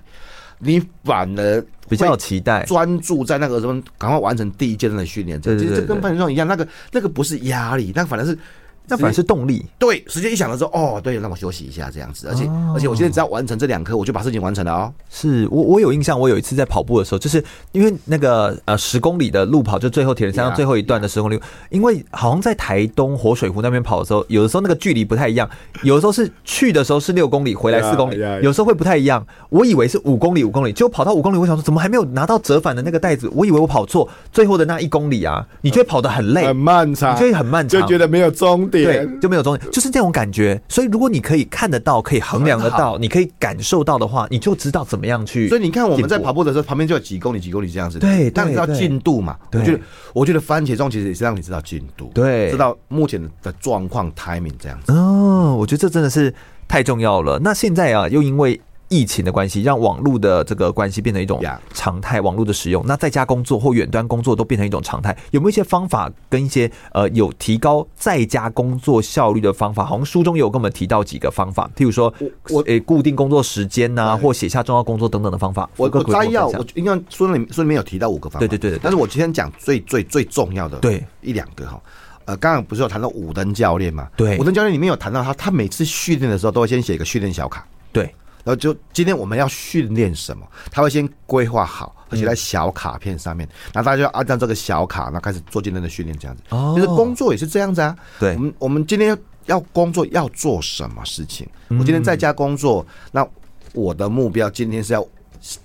你反而
比较有期待，
专注在那个什么，赶快完成第一阶段的训练。
对对
其实
对
这跟
对
攀岩上一样，那个那个不是压力，那个反而是
那反而是动力。
对时间一响了之后，哦，对，让我休息一下这样子。而且、
哦
而且我现在只要完成这两科，我就把事情完成了哦。
是我我有印象，我有一次在跑步的时候，就是因为那个呃十公里的路跑，就最后铁人三项
Yeah,
最后一段的十公里因为好像在台东活水湖那边跑的时候，有的时候那个距离不太一样，有的时候是去的时候是六公里，回来
Yeah,
四公里
yeah, yeah.
有时候会不太一样。我以为是五公里五公里，结果跑到五公里，我想说怎么还没有拿到折返的那个袋子？我以为我跑错，最后的那一公里啊，你就会跑得很累，
漫
你
长
就会很漫长，
得没有终
对，就没有终点，就是这种感觉。所以如果你可以看得到，可以衡量得
很好
到，你可以感受到的话，你就知道怎么样去。
所以你看我们在跑步的时候，旁边就有几公里、几公里这样子，
对对
但是要
对
进度嘛。我
对
觉得，我觉得番茄钟其实也是让你知道进度，
对
知道目前的状况、timing 这样子。
哦，我觉得这真的是太重要了。那现在啊，又因为疫情的关系，让网络的这个关系变成一种
Yeah
常态，网络的使用，那在家工作或远端工作都变成一种常态。有没有一些方法跟一些呃有提高在家工作效率的方法？好像书中有跟我们提到几个方法，譬如说
我我
诶、固定工作时间呐、
对
或写下重要工作等等的方法。
我
福哥
我
可不可
摘
以跟
要，
们分
我
享
应该书里书里面有提到五个方法，
对对对对对
但是我今天讲最最最重要的
对
一两个哈。呃，刚刚不是有谈到武登教练嘛？
对
武登教练里面有谈到他，他每次训练的时候都会先写一个训练小卡，
对
然后就今天我们要训练什么，他会先规划好，而且在小卡片上面，
嗯
然后大家就按照这个小卡，然后开始做今天的训练，这样子。
哦
其实工作也是这样子啊。
对
我们我们今天要工作要做什么事情？
嗯
我今天在家工作，那我的目标今天是要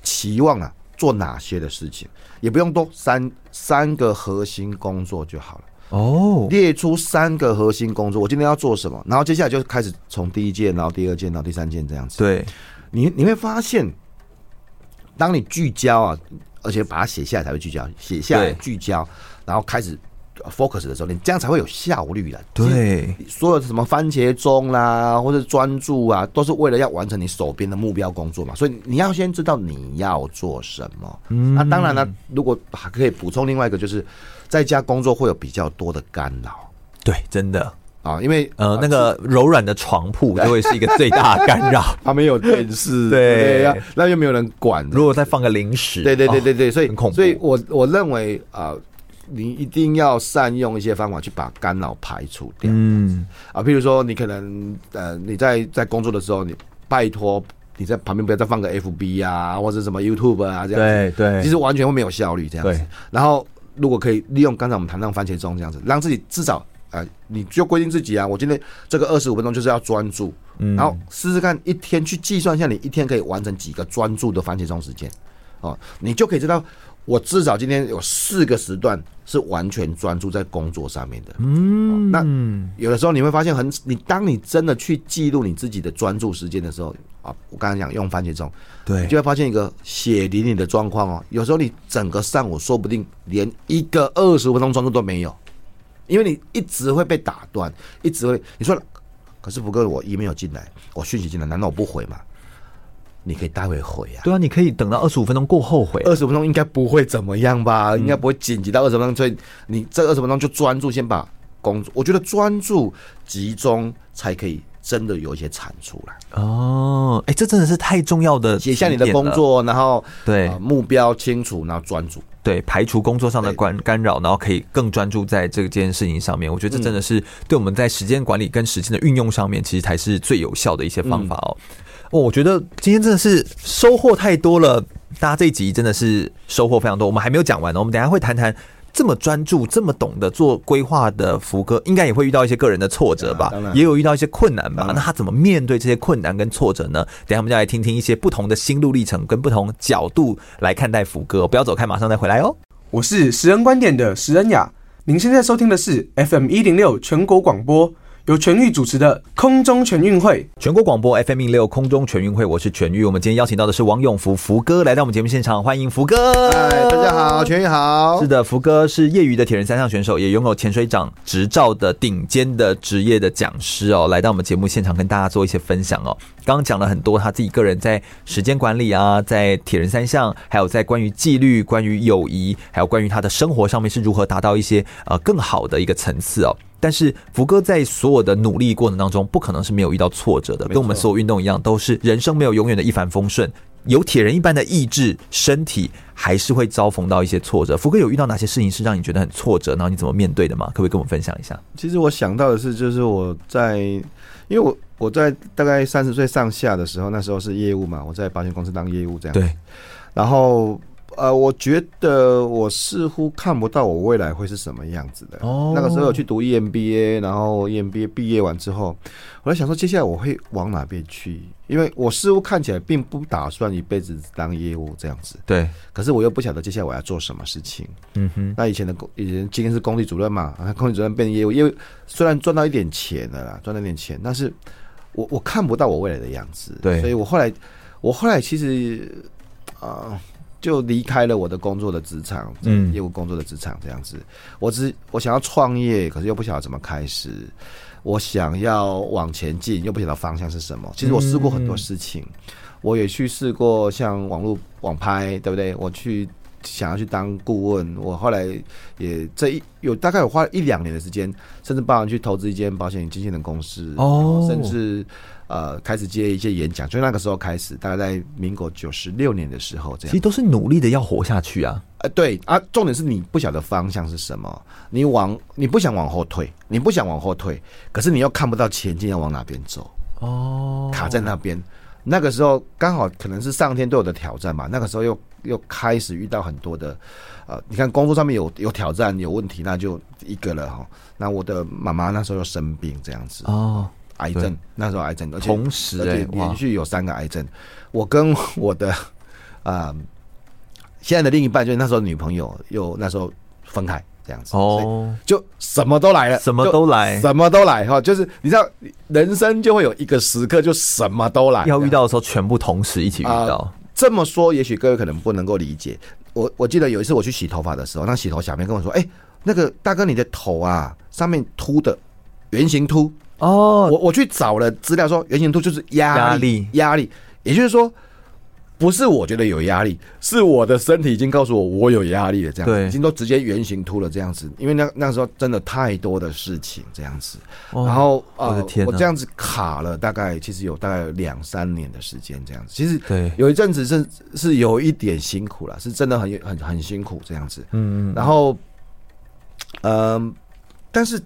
期望啊做哪些的事情，也不用多，三三个核心工作就好了。
哦，
列出三个核心工作，我今天要做什么，然后接下来就开始从第一件，然后第二件，然后第三件这样子。
对，
你你会发现，当你聚焦啊，而且把它写下来才会聚焦，写下来
对
聚焦，然后开始呃 focus 的时候，你这样才会有效率的。
对，
所有的什么番茄钟啦，或者专注啊，都是为了要完成你手边的目标工作嘛。所以你要先知道你要做什么。
嗯
那、当然了，如果还可以补充另外一个，就是在家工作会有比较多的干扰
对，真的。
啊，因为
呃，那个柔软的床铺就会是一个最大的干 扰。
旁边有电 视，
对
呀、那又没有人管，
如果再放个零食，
对对对对
哦，
对，所以
很恐怖
所以我我认为啊、呃你一定要善用一些方法去把干扰排除掉。
嗯，
啊，譬如说你可能呃你在在工作的时候，你拜托你在旁边不要再放个 FB 啊，或者什么 YouTube 啊这样子，
对
其实完全会没有效率这样子
对。
然后如果可以利用刚才我们谈到番茄钟这样子，让自己至少呃你就规定自己啊，我今天这个二十五分钟就是要专注。然后试试看一天去计算一下，你一天可以完成几个专注的番茄钟时间，哦，你就可以知道，我至少今天有四个时段是完全专注在工作上面的。嗯，那有的时候你会发现很，你当你真的去记录你自己的专注时间的时候啊，我刚才讲用番茄钟，
对
你就会发现一个血淋淋的状况哦。有时候你整个上午说不定连一个二十分钟专注都没有，因为你一直会被打断，一直会你说，可是福哥我 email 进来，我讯息进来，难道我不回吗？你可以待会回啊。
对啊，你可以等到二十五分钟过后悔。
二十分钟应该不会怎么样吧？应该不会紧急到二十分钟，所以你这二十分钟就专注，先把工作，我觉得专注集中才可以真的有一些产出来。
哦，哎，这真的是太重要的
写下你
提
的
点了
工，作，然后
对
呃目标清楚，然后专注。
对，排除工作上的
对
干干扰，然后可以更专注在这件事情上面。我觉
嗯
得这真的是对我们在时间管理跟时间的运用上面，其实才是最有效的一些方法哦。
嗯
哦，我觉得今天真的是收获太多了，大家这一集真的是收获非常多。我们还没有讲完哦呢，我们等一下会谈谈这么专注、这么懂得做规划的福哥，应该也会遇到一些个人的挫折吧
啊当然当，然
也有遇到一些困难吧？那他怎么面对这些困难跟挫折呢？等一下我们就来听听一些不同的心路历程跟不同角度来看待福哥哦。不要走开，马上再回来哦。
我是食人观点的食人雅。您现在收听的是 FM 一零六全国广播，由全域主持的空中全运会。
全国广播 FM 一六空中全运会，我是全玉。我们今天邀请到的是王永福福哥来到我们节目现场，欢迎福哥。
嗨，大家好，全宇好。
是的，福哥是业余的铁人三项选手，也拥有潜水长执照的顶尖的职业的讲师哦，来到我们节目现场跟大家做一些分享哦。刚刚讲了很多他自己个人在时间管理啊，在铁人三项，还有在关于纪律、关于友谊，还有关于他的生活上面是如何达到一些呃更好的一个层次哦。但是福哥在所有的努力过程当中，不可能是没有遇到挫折的，跟我们所有运动一样，都是人生没有永远的一帆风顺。有铁人一般的意志，身体还是会遭逢到一些挫折。福哥有遇到哪些事情是让你觉得很挫折，然后你怎么面对的吗？可不可以跟我们分享一下？
其实我想到的是，就是我在，因为我我在大概三十岁上下的时候，那时候是业务嘛，我在保险公司当业务这样。
对。
然后，呃，我觉得我似乎看不到我未来会是什么样子的。
哦
那个时候有去读 E EMBA，然后 E EMBA 毕业完之后，我在想说，接下来我会往哪边去？因为我似乎看起来并不打算一辈子当业务这样子。
对，
可是我又不晓得接下来我要做什么事情。
嗯哼，
那以前的工，以前今天是工地主任嘛，啊，工地主任变业务，因为虽然赚到一点钱了啦，赚到一点钱，但是我我看不到我未来的样子，
对
所以我后来我后来其实啊、呃就离开了我的工作的职场，
嗯
嗯，业务工作的职场这样子，我只我想要创业，可是又不晓得怎么开始。我想要往前进，又不晓得方向是什么。其实我试
嗯
过很多事情，我也去试过像网络网拍，对不对？我去想要去当顾问，我后来也这一有大概有花了一两年的时间，甚至包含去投资一间保险经纪人公司，
哦
甚至呃开始接一些演讲，就那个时候开始，大概在民国九十六年的时候这
其
样
实。都是努力的要活下去啊。
呃，对啊，重点是你不晓得方向是什么，你往你不想往后退，你不想往后退，可是你又看不到前进要往哪边走，
哦，
卡在那边。那个时候刚好可能是上天对我的挑战吧，那个时候又又开始遇到很多的，呃，你看工作上面有有挑战有问题，那就一个了哈。那我的妈妈那时候又生病这样子，
哦，
癌症，那时候癌症，而且
同时
而
哎、
且
哇
连，续有三个癌症。我跟 我的啊、呃现在的另一半，就是那时候的女朋友，又那时候分开这样子，所以
哦，
就什么都来了，
什么
就
都来
什么都来哈。就是你知道，人生就会有一个时刻，就什么都来，
要遇到的时候全部同时一起遇到。
这么说，也许各位可能不能够理解。我我记得有一次我去洗头发的时候，那洗头小妹跟我说：“哎、那个大哥，你的头啊上面秃的圆形秃。”
哦，
我我去找了资料说，圆形秃就是压力，压力，也就是说，不是我觉得有压力，是我的身体已经告诉我我有压力了，这样子
对
已经都直接圆形秃了这样子，因为那那时候真的太多的事情这样子，
哦
然后
我的
呃
天，
我
哪
这样子卡了大概其实有大概两三年的时间这样子，其实
对
有一阵子是是有一点辛苦了，是真的很很很辛苦这样子，
嗯，
然后，嗯，但是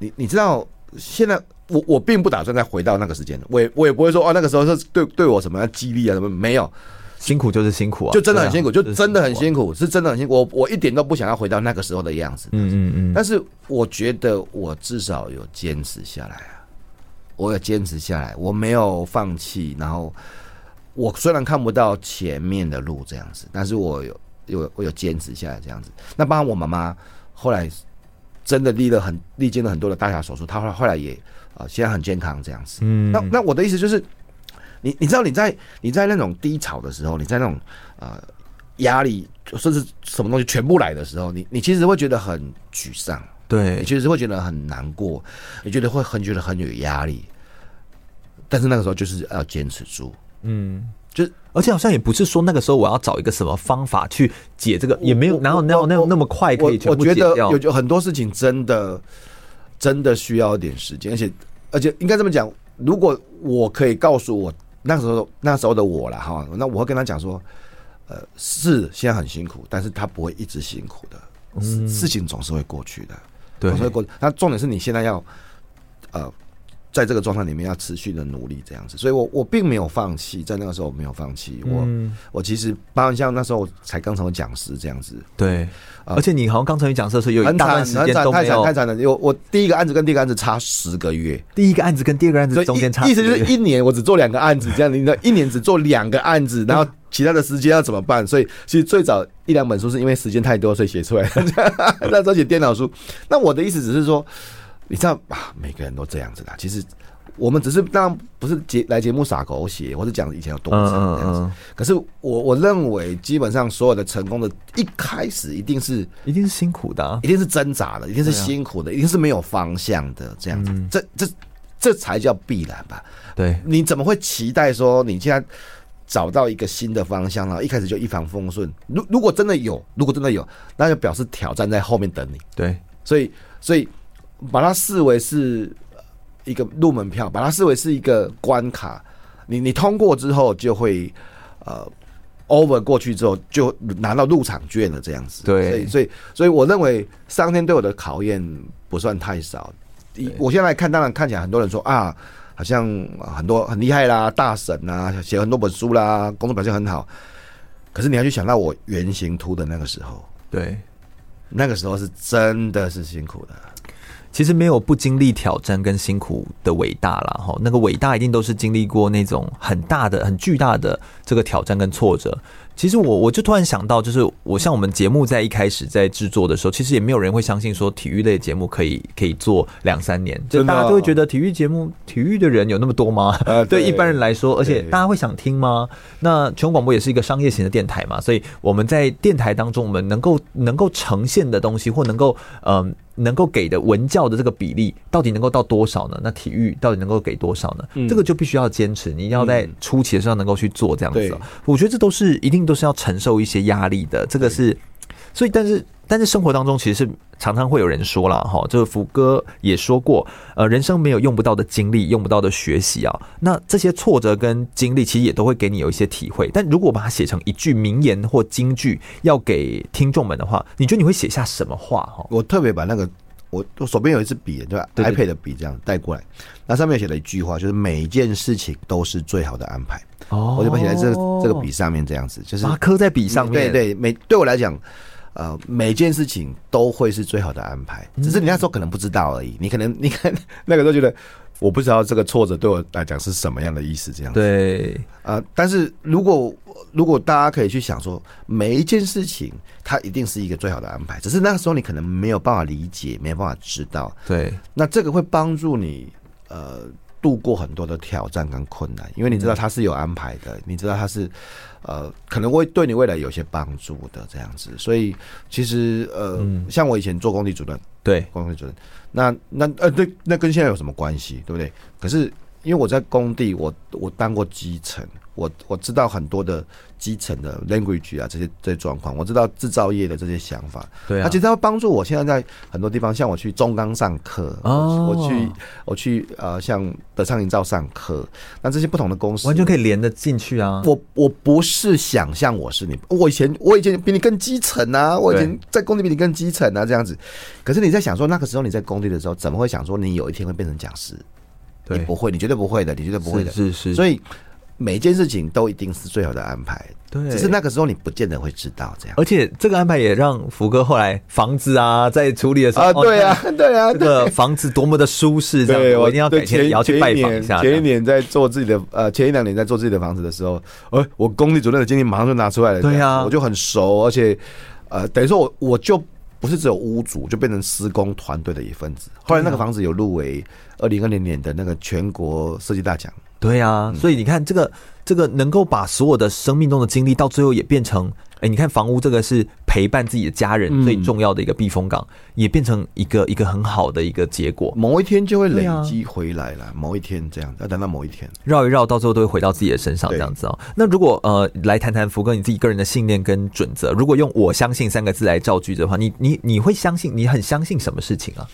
你你知道，现在我我并不打算再回到那个时间，我也我也不会说哦，那个时候是对对我什么样激励啊什么没有，
辛苦就是辛苦啊，
就真的很
对啊
辛苦，就真的很
苦啊。
辛苦，是真的很辛苦。我我一点都不想要回到那个时候的样子，
嗯嗯嗯，
但是我觉得我至少有坚持下来啊，我有坚持下来，我没有放弃。然后我虽然看不到前面的路这样子，但是我有有我有坚持下来这样子。那包括我妈妈后来真的历了很历经了很多的大小手术，她后来后来也啊、呃现在很健康这样子。
嗯
那那我的意思就是，你你知道你在你在那种低潮的时候，你在那种呃压力甚至什么东西全部来的时候，你你其实会觉得很沮丧，
对
你，其实会觉得很难过，你觉得会很觉得很有压力。但是那个时候就是要坚持住，
嗯，
就是
而且好像也不是说那个时候我要找一个什么方法去解这个，也没有
我
哪有
我
那有那有
我
那么快可
我
以全
我
部
觉
解
得
掉
有。有很多事情真的真的需要一点时间，而且而且应该这么讲，如果我可以告诉我那时候那时候的我了哈，那我会跟他讲说，呃，是现在很辛苦，但是他不会一直辛苦的，
嗯
事事情总是会过去的，
对
总是会哦过去。那重点是你现在要呃。在这个状态里面，要持续的努力，这样子，所以我我并没有放弃，在那个时候我没有放弃，我、
嗯
我其实包含像那时候我才刚成为讲师这样子，
对，
呃
而且你好像刚才你讲的时候，有一
很
大
惨，
段时
很
间
惨，
都
太
没
惨，
有
太惨了。有我第一个案子跟第二个案子差十个月，
第一个案子跟第二个案
所
子
以
中间
意
差
意
几
思
个月，
就是一年我只做两个案子，这样你知道，一年只做两个案子，然后其他的时间要怎么办？所以其实最早一两 本书是因为时间太多，所以写出来。那时候写电脑书，那我的意思只是说，你知道啊，每个人都这样子的。其实我们只是当然不是节来节目撒狗血，或者讲以前有多
嗯
惨这样子。可是我我认为，基本上所有的成功的一开始一定是
一定是辛苦的、啊。
一定是挣扎的，一定是辛苦的，一定是没有方向的这样子。
嗯
这这这才叫必然吧？
对，
你怎么会期待说你现在找到一个新的方向，然后一开始就一帆风顺？如如果真的有，如果真的有，那就表示挑战在后面等你。
对，
所以，所以把它视为是一个入门票，把它视为是一个关卡。你你通过之后，就会呃 over 过去之后，就拿到入场券了，这样子。
对
所以所以所以我认为上天对我的考验不算太少。以我现在看，当然看起来很多人说啊，好像很多很厉害啦，大神啊，写很多本书啦，工作表现很好。可是你要去想到我原型秃的那个时候，
对，
那个时候是真的是辛苦的。
其实没有不经历挑战跟辛苦的伟大啦。哈。那个伟大一定都是经历过那种很大的、很巨大的这个挑战跟挫折。其实我我就突然想到，就是我像我们节目在一开始在制作的时候，其实也没有人会相信说体育类节目可以可以做两三年，就
真的啊
大家都会觉得体育节目体育的人有那么多吗？
呃
对
对
一般人来说，而且
对
大家会想听吗？那全国广播也是一个商业型的电台嘛，所以我们在电台当中，我们能够能够呈现的东西，或能够嗯、能够给的文教的这个比例，到底能够到多少呢？那体育到底能够给多少呢？这个就必须要坚持，你一定要在初期的时候能够去做这样子哦、
对
我觉得这都是一定都是要承受一些压力的，这个是。所以，但是但是生活当中其实是常常会有人说啦，哈，这个福哥也说过，呃，人生没有用不到的经历，用不到的学习啊。那这些挫折跟经历，其实也都会给你有一些体会。但如果把它写成一句名言或金句，要给听众们的话，你觉得你会写下什么话？哈，
我特别把那个我我手边有一支笔，对吧
对对
i p a d 的笔这样带过来，那上面写了一句话，就是每件事情都是最好的安排。
哦
我就把它写在这这个笔上面，这样子就是
把它刻在笔上面，
对对，每对我来讲，呃，每件事情都会是最好的安排，
嗯
只是你那时候可能不知道而已。你可能 你看那个时候觉得，我不知道这个挫折对我来讲是什么样的意思，这样子。
对
呃，但是如果如果大家可以去想说，每一件事情它一定是一个最好的安排，只是那个时候你可能没有办法理解，没有办法知道，
对
那这个会帮助你呃度过很多的挑战跟困难，因为你知道它是有安排的，你知道它是呃可能会对你未来有些帮助的这样子。所以其实呃，像我以前做工地主任，
对
工地主任，那那呃对，那跟现在有什么关系，对不对？可是因为我在工地，我我当过基层，我我知道很多的基层的 language 啊这些这些状况，我知道制造业的这些想法，
对
它
啊
其，实它会帮助我现在在很多地方，像我去中钢上课，
哦
我去我去呃，像德昌营造上课，那这些不同的公司
完全可以连得进去啊。
我我不是想象我是你，我以前我以前比你更基层啊，我以前在工地比你更基层啊，这样子。可是你在想说，那个时候你在工地的时候，怎么会想说你有一天会变成讲师？你
对，
不会，你绝对不会的，你绝对不会的。
是是，
所
以
以每件事情都一定是最好的安排，
对，
只是那个时候你不见得会知道这样。
而且这个安排也让福哥后来房子啊，在处理的时候
啊，对啊，，对啊，
哦你看这个房子多么的舒适，这样
对，
子我一定要
对
改天
前
也要去拜访一下。
前
这
一年前一
样
年在做自己的呃，前一两年在做自己的房子的时候，呃，我工地主任的经历马上就拿出来了。
对啊
这样子我就很熟，而且呃，等于说我我就不是只有屋主，就变成施工团队的一份子。后来
啊
那个房子有入围二零二零年的那个全国设计大奖。
对啊，
嗯
所以你看这个这个能够把所有的生命中的经历，到最后也变成，哎，你看房屋这个是陪伴自己的家
嗯
人最重要的一个避风港，也变成一个一个很好的一个结果。
某一天就会累
对啊
积回来了，某一天这样，要等到某一天。
绕一绕，到最后都会回到自己的身上
对
这样子哦。那如果呃，来谈谈福哥你自己个人的信念跟准则，如果用“我相信”三个字来造句的话，你你你会相信，你很相信什么事情啊？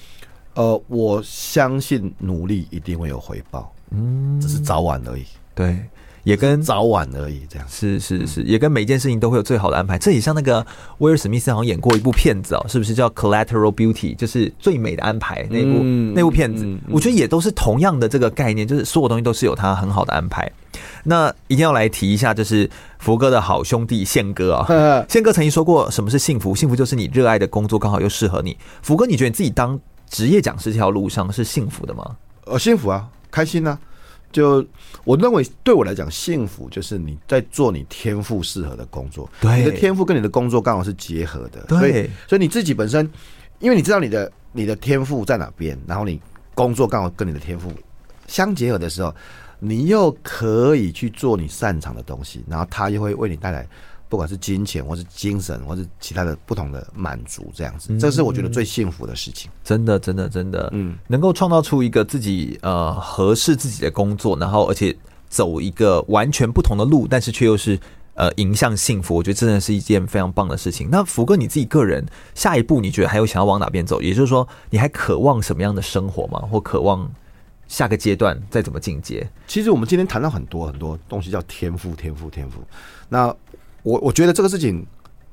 呃，我相信努力一定会有回报，嗯，只是早晚而已，
对，也跟
早晚而已这样。
是是
嗯
是，也跟每件事情都会有最好的安排。这也像那个威尔史密斯好像演过一部片子哦，是不是叫《Collateral Beauty》，就是最美的安排那部、
嗯
那部片子、
嗯嗯
我觉得也都是同样的这个概念，就是所有东西都是有它很好的安排。那一定要来提一下，就是福哥的好兄弟宪哥 啊、宪哥曾经说过，什么是幸福？幸福就是你热爱的工作刚好又适合你。福哥，你觉得你自己当职业讲师这条路上是幸福的吗？
呃，幸福啊，开心啊。就我认为，对我来讲，幸福就是你在做你天赋适合的工作，
对
你的天赋跟你的工作刚好是结合的，
哎对
所以所以你自己本身因为你知道你的你的天赋在哪边，然后你工作刚好跟你的天赋相结合的时候，你又可以去做你擅长的东西，然后它又会为你带来。不管是金钱，或是精神，或是其他的不同的满足，这样子，这是我觉得最幸福的事情。
真的，真的，真的，
嗯
嗯，能够创造出一个自己呃合适自己的工作，然后而且走一个完全不同的路，但是却又是呃迎向幸福，我觉得真的是一件非常棒的事情。那福哥你自己个人下一步，你觉得还有想要往哪边走？也就是说，你还渴望什么样的生活吗？或渴望下个阶段再怎么进阶？
其实我们今天谈到很多很多东西，叫天赋，天赋，天赋。那我我觉得这个事情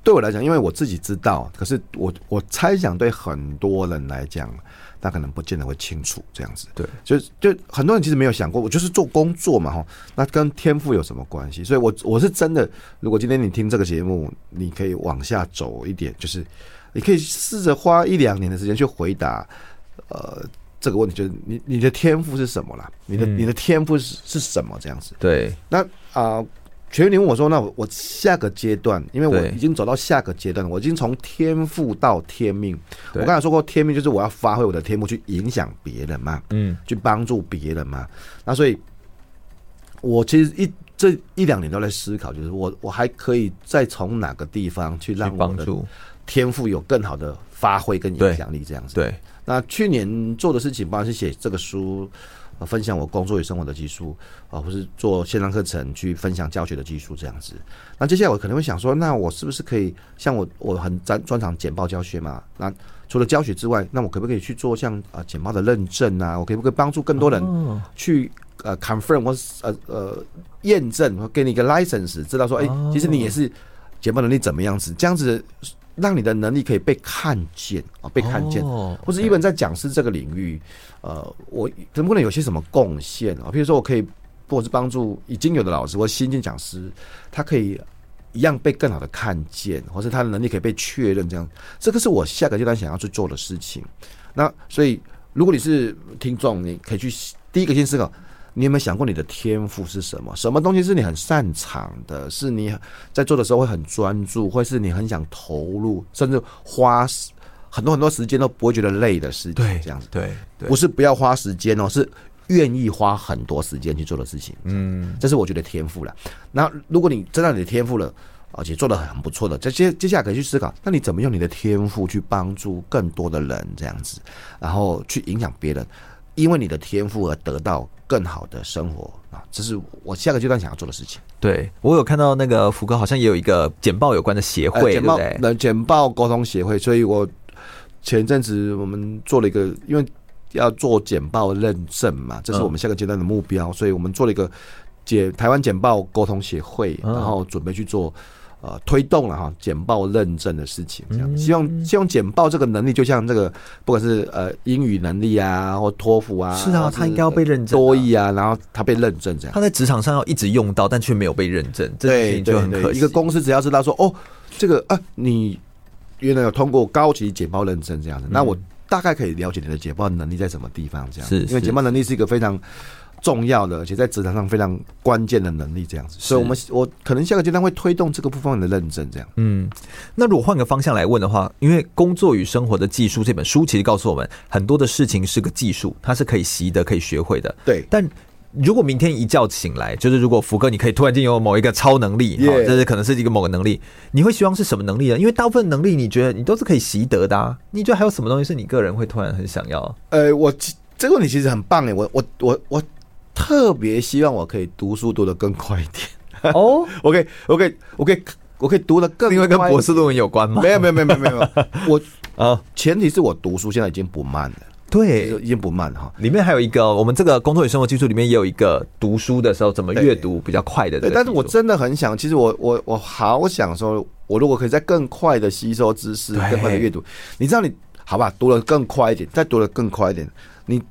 对我来讲，因为我自己知道，可是我我猜想对很多人来讲，他可能不见得会清楚这样子。
对，
就就很多人其实没有想过，我就是做工作嘛，哈，那跟天赋有什么关系？所以我我是真的，如果今天你听这个节目，你可以往下走一点，就是你可以试着花一两年的时间去回答，呃。这个问题就是你你的天赋是什么啦？你的、
嗯
你的天赋是是什么这样子？
对，
那啊、呃全员你问我说，那我我下个阶段，因为我
对
已经走到下个阶段了，我已经从天赋到天命。我
对
刚才说过，天命就是我要发挥我的天赋去影响别人嘛，
嗯，
去帮助别人嘛。那所以，我其实一这一两年都在思考，就是我我还可以再从哪个地方去
去
让我
帮
的
助，
天赋有更好的发挥跟影
对
响力这样子。
对，
那去年做的事情，包括是写这个书，呃、分享我工作与生活的技术啊、或是做线上课程去分享教学的技术这样子。那接下来我可能会想说，那我是不是可以像我我很专专长简报教学嘛？那除了教学之外，那我可不可以去做像啊、呃、简报的认证啊？我可不可以帮助更多人去、呃 confirm 或是呃呃验证，或给你一个 license，知道说，哎、其实你也是简报能力怎么样子？这样子让你的能力可以被看见啊、被看见。
哦
或者一本在讲师这个领域，呃，我能不能有些什么贡献啊？比如说，我可以不管是帮助已经有的老师或新进讲师，他可以一样被更好的看见，或是他的能力可以被确认，这样，这个是我下个阶段想要去做的事情。那所以，如果你是听众，你可以去第一个先思考。你有没有想过你的天赋是什么？什么东西是你很擅长的？是你在做的时候会很专注，或是你很想投入，甚至花很多很多时间都不会觉得累的事情。
对，
这样子
对，对
不，是不要花时间哦，是愿意花很多时间去做的事情。嗯，这是我觉得天赋了。那如果你真的你的天赋了，而且做的很不错的，这接接下来可以去思考，那你怎么用你的天赋去帮助更多的人这样子，然后去影响别人，因为你的天赋而得到更好的生活啊，这是我下个阶段想要做的事情。
对我有看到那个福哥好像也有一个简报有关的协
呃
会，对
简
不
报
对？
呃简报沟通协会，所以我前阵子我们做了一个，因为要做简报认证嘛，这是
嗯
我们下个阶段的目标，所以我们做了一个简台湾简报沟通协会，
嗯
然后准备去做。呃，推动了哈简报认证的事情，这样
嗯
希望希望简报这个能力，就像这个不管是呃英语能力啊，或托福啊，
是啊
或是
它应该要被认证啊
多益啊，然后它被认证这样
他。在职场上要一直用到，但却没有被认证，这件事
对
情就
对
很
对，
可惜。
一个公司只要知道说，哦，这个啊，你原来有通过高级简报认证这样子，那我大概可以了解你的简报能力在什么地方这样子。
嗯是
因为
是
简报能力是一个非常重要的，而且在职场上非常关键的能力这样子。所以我们我可能下个阶段会推动这个部分的认证这样。
嗯，那如果换个方向来问的话，因为《工作与生活的技术》这本书其实告诉我们，很多的事情是个技术，它是可以习得、可以学会的。
对
但如果明天一觉醒来，就是如果福哥你可以突然间有某一个超能力，
Yeah
好，这是可能是一个某个能力，你会希望是什么能力呢？因为大部分能力你觉得你都是可以习得的、啊，你觉得还有什么东西是你个人会突然很想 要？
呃，我其这个问题其实很棒诶，我我我我特别希望我可以读书读得更快一点。
哦，
我可以我可以我可以我可以读得更
因为跟
快一
博士论文有关吗？
没有没有没有没有没有， 我
啊，
前提是我读书现在已经不慢了。
对
就是，已经不慢了哈。
里面还有一个，我们这个工作与生活技术里面也有一个读书的时候怎么阅读比较快的这
对，
个技术。
但是我真的很想，其实我我我好想说，我如果可以再更快的吸收知识，
对
更快的阅读，你知道你好吧，读的更快一点，再读的更快一点。你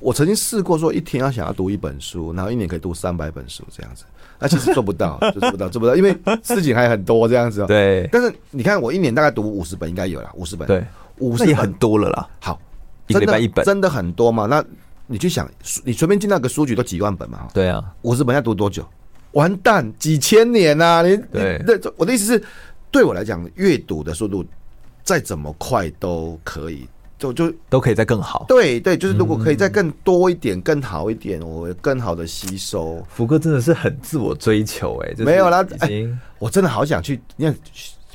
我曾经试过说，一天要想要读一本书，然后一年可以读三百本书这样子，那其实做不到，就是做不到，做不到，因为事情还很多这样子哦。
对
但是你看，我一年大概读五十本应该有了，五十本，
对，
五
那
十
也
本
很多了啦。
好，
一个礼拜
真的
一本
真的很多嘛？那你去想，你随便进那个书局都几万本嘛？哈，
对啊，
五十本要读多久？完蛋，几千年呐、啊！你你
对
这我的意思是，对我来讲，阅读的速度再怎么快都可以，就就
都可以再更好。
对对，就是如果
嗯
可以再更多一点、更好一点，我会更好的吸收。
福哥真的是很自我追求、哎，就是
没有啦
已经
我真的好想去，你看，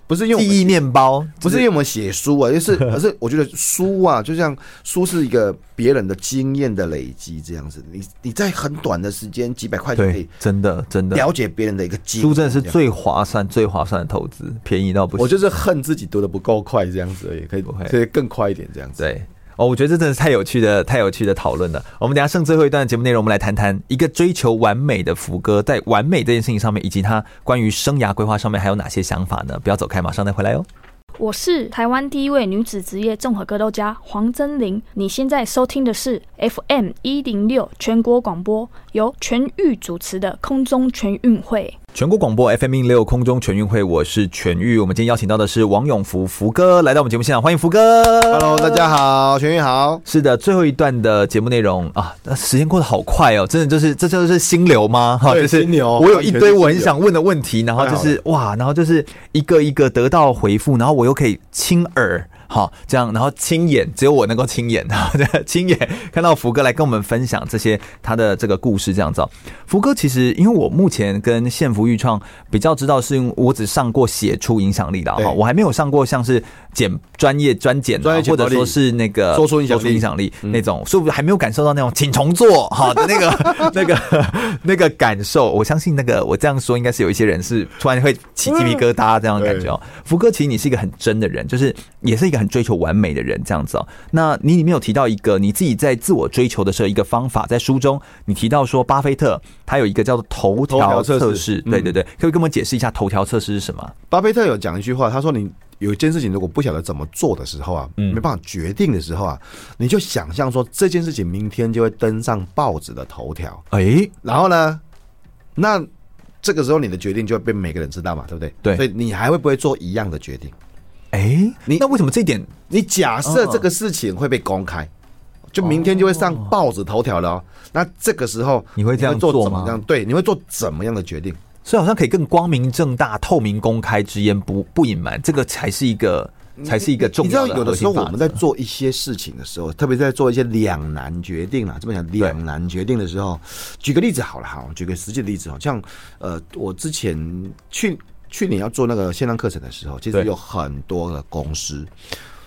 不是因为我
记忆面包
不是因为我们写 书啊，就是而是我觉得书啊，就像书是一个别人的经验的累积这样子，你你在很短的时间几百块就可
对
以，
真的真的，
了解别人的一个经历，
书真的是
这样
最划算、最划算的投资，便宜到不行。
我就是恨自己读的不够快这样子而已，可以
不会
可以更快一点这样子。
对。哦，我觉得这真的是太有趣的、太有趣的讨论了。我们等一下剩最后一段的节目内容，我们来谈谈一个追求完美的福哥在完美这件事情上面，以及他关于生涯规划上面还有哪些想法呢？不要走开，马上再回来哦哟、
我是台湾第一位女子职业综合格斗家黄真玲。你现在收听的是 FM 一零六全国广播，由全域主持的空中全运会。
全国广播 FM 一六空中全运会，我是全玉。我们今天邀请到的是王永福福哥来到我们节目现场，欢迎福哥。
Hello，大家好，全宇好。
是的，最后一段的节目内容啊，那时间过得好快哦，真的就是这就是心流吗？哈，
对
就是
心流
我有一堆我很
完全是心流
想问的问题，然后就
太
是哇，然后就是一个一个得到回复，然后我又可以亲耳。好，这样，然后亲眼，只有我能够亲眼， 然后这个亲眼看到福哥来跟我们分享这些他的这个故事，这样子、哦。福哥其实，因为我目前跟县福预创比较知道，是因为我只上过写出影响力的啊
对
哈，我还没有上过像是剪专业专剪
专业
的，
剪
或者
报力
说是那个
说出影响力嗯
影响力那种，所以我还没有感受到那种请重做好的那 个那个那个感受。我相信那个我这样说，应该是有一些人是突然会起鸡
嗯
皮疙瘩这样的感觉哦。福哥，其实你是一个很真的人，就是也是一个很追求完美的人这样子哦。那你里面有提到一个你自己在自我追求的时候一个方法，在书中你提到说巴菲特他有一个叫做头
头条
条
测
测
试
试，
嗯
对对对，可不可以跟我们解释一下头条测试是什么？
巴菲特有讲一句话，他说：“你有一件事情如果不晓得怎么做的时候啊，
嗯
没办法决定的时候啊，你就想象说这件事情明天就会登上报纸的头条，
哎，
然后呢，那这个时候你的决定就会被每个人知道嘛，对不对？
对
所以你还会不会做一样的决定？
哎，
你
那为什么这一点
你假设这个事情会被公开，就明天就会上报纸头条了、哦。那这个时候
你会这样
做
做
怎么
吗
样？对，你会做怎么样的决定？
所以好像可以更光明正大、透明公开、直言不不隐瞒，这个才是一个才是一个重
嗯你知
要
道，
的
有的
核
时候
心法则。
我们在做一些事情的时候，特别在做一些两难决定啦，这么讲两难决定的时候，举个例子好了哈，举个实际的例子哈，像呃，我之前去去年要做那个线上课程的时候，其实
对
有很多的公司，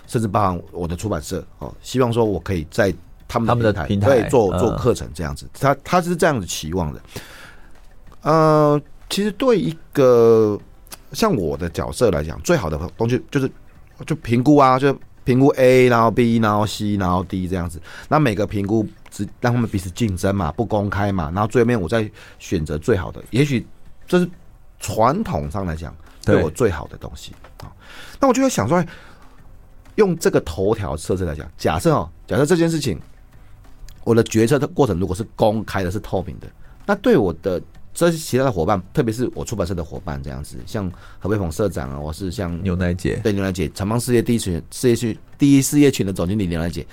甚至包含我的出版社哦，希望说我可以在他们
他们的平
平台
台
对做做
嗯
课程这样子，他他是这样子期望的。呃，其实对一个像我的角色来讲，最好的东西就是就评估啊，就评估 A，然后 B，然后 C，然后 D 这样子。那每个评估只让他们彼此竞争嘛，不公开嘛，然后最后面我再选择最好的。也许这是传统上来讲
对
对我最好的东西啊。那我就会想说，哎用这个头条设置来讲，假设哦，假设这件事情，我的决策的过程如果是公开的，是透明的，那对我的这些其他的伙伴，特别是我出版社的伙伴，这样子，像何佩鹏社长啊，我是像
牛奶姐，
对牛奶姐，长邦事业第一群事业群第一事业群的总经理牛奶姐，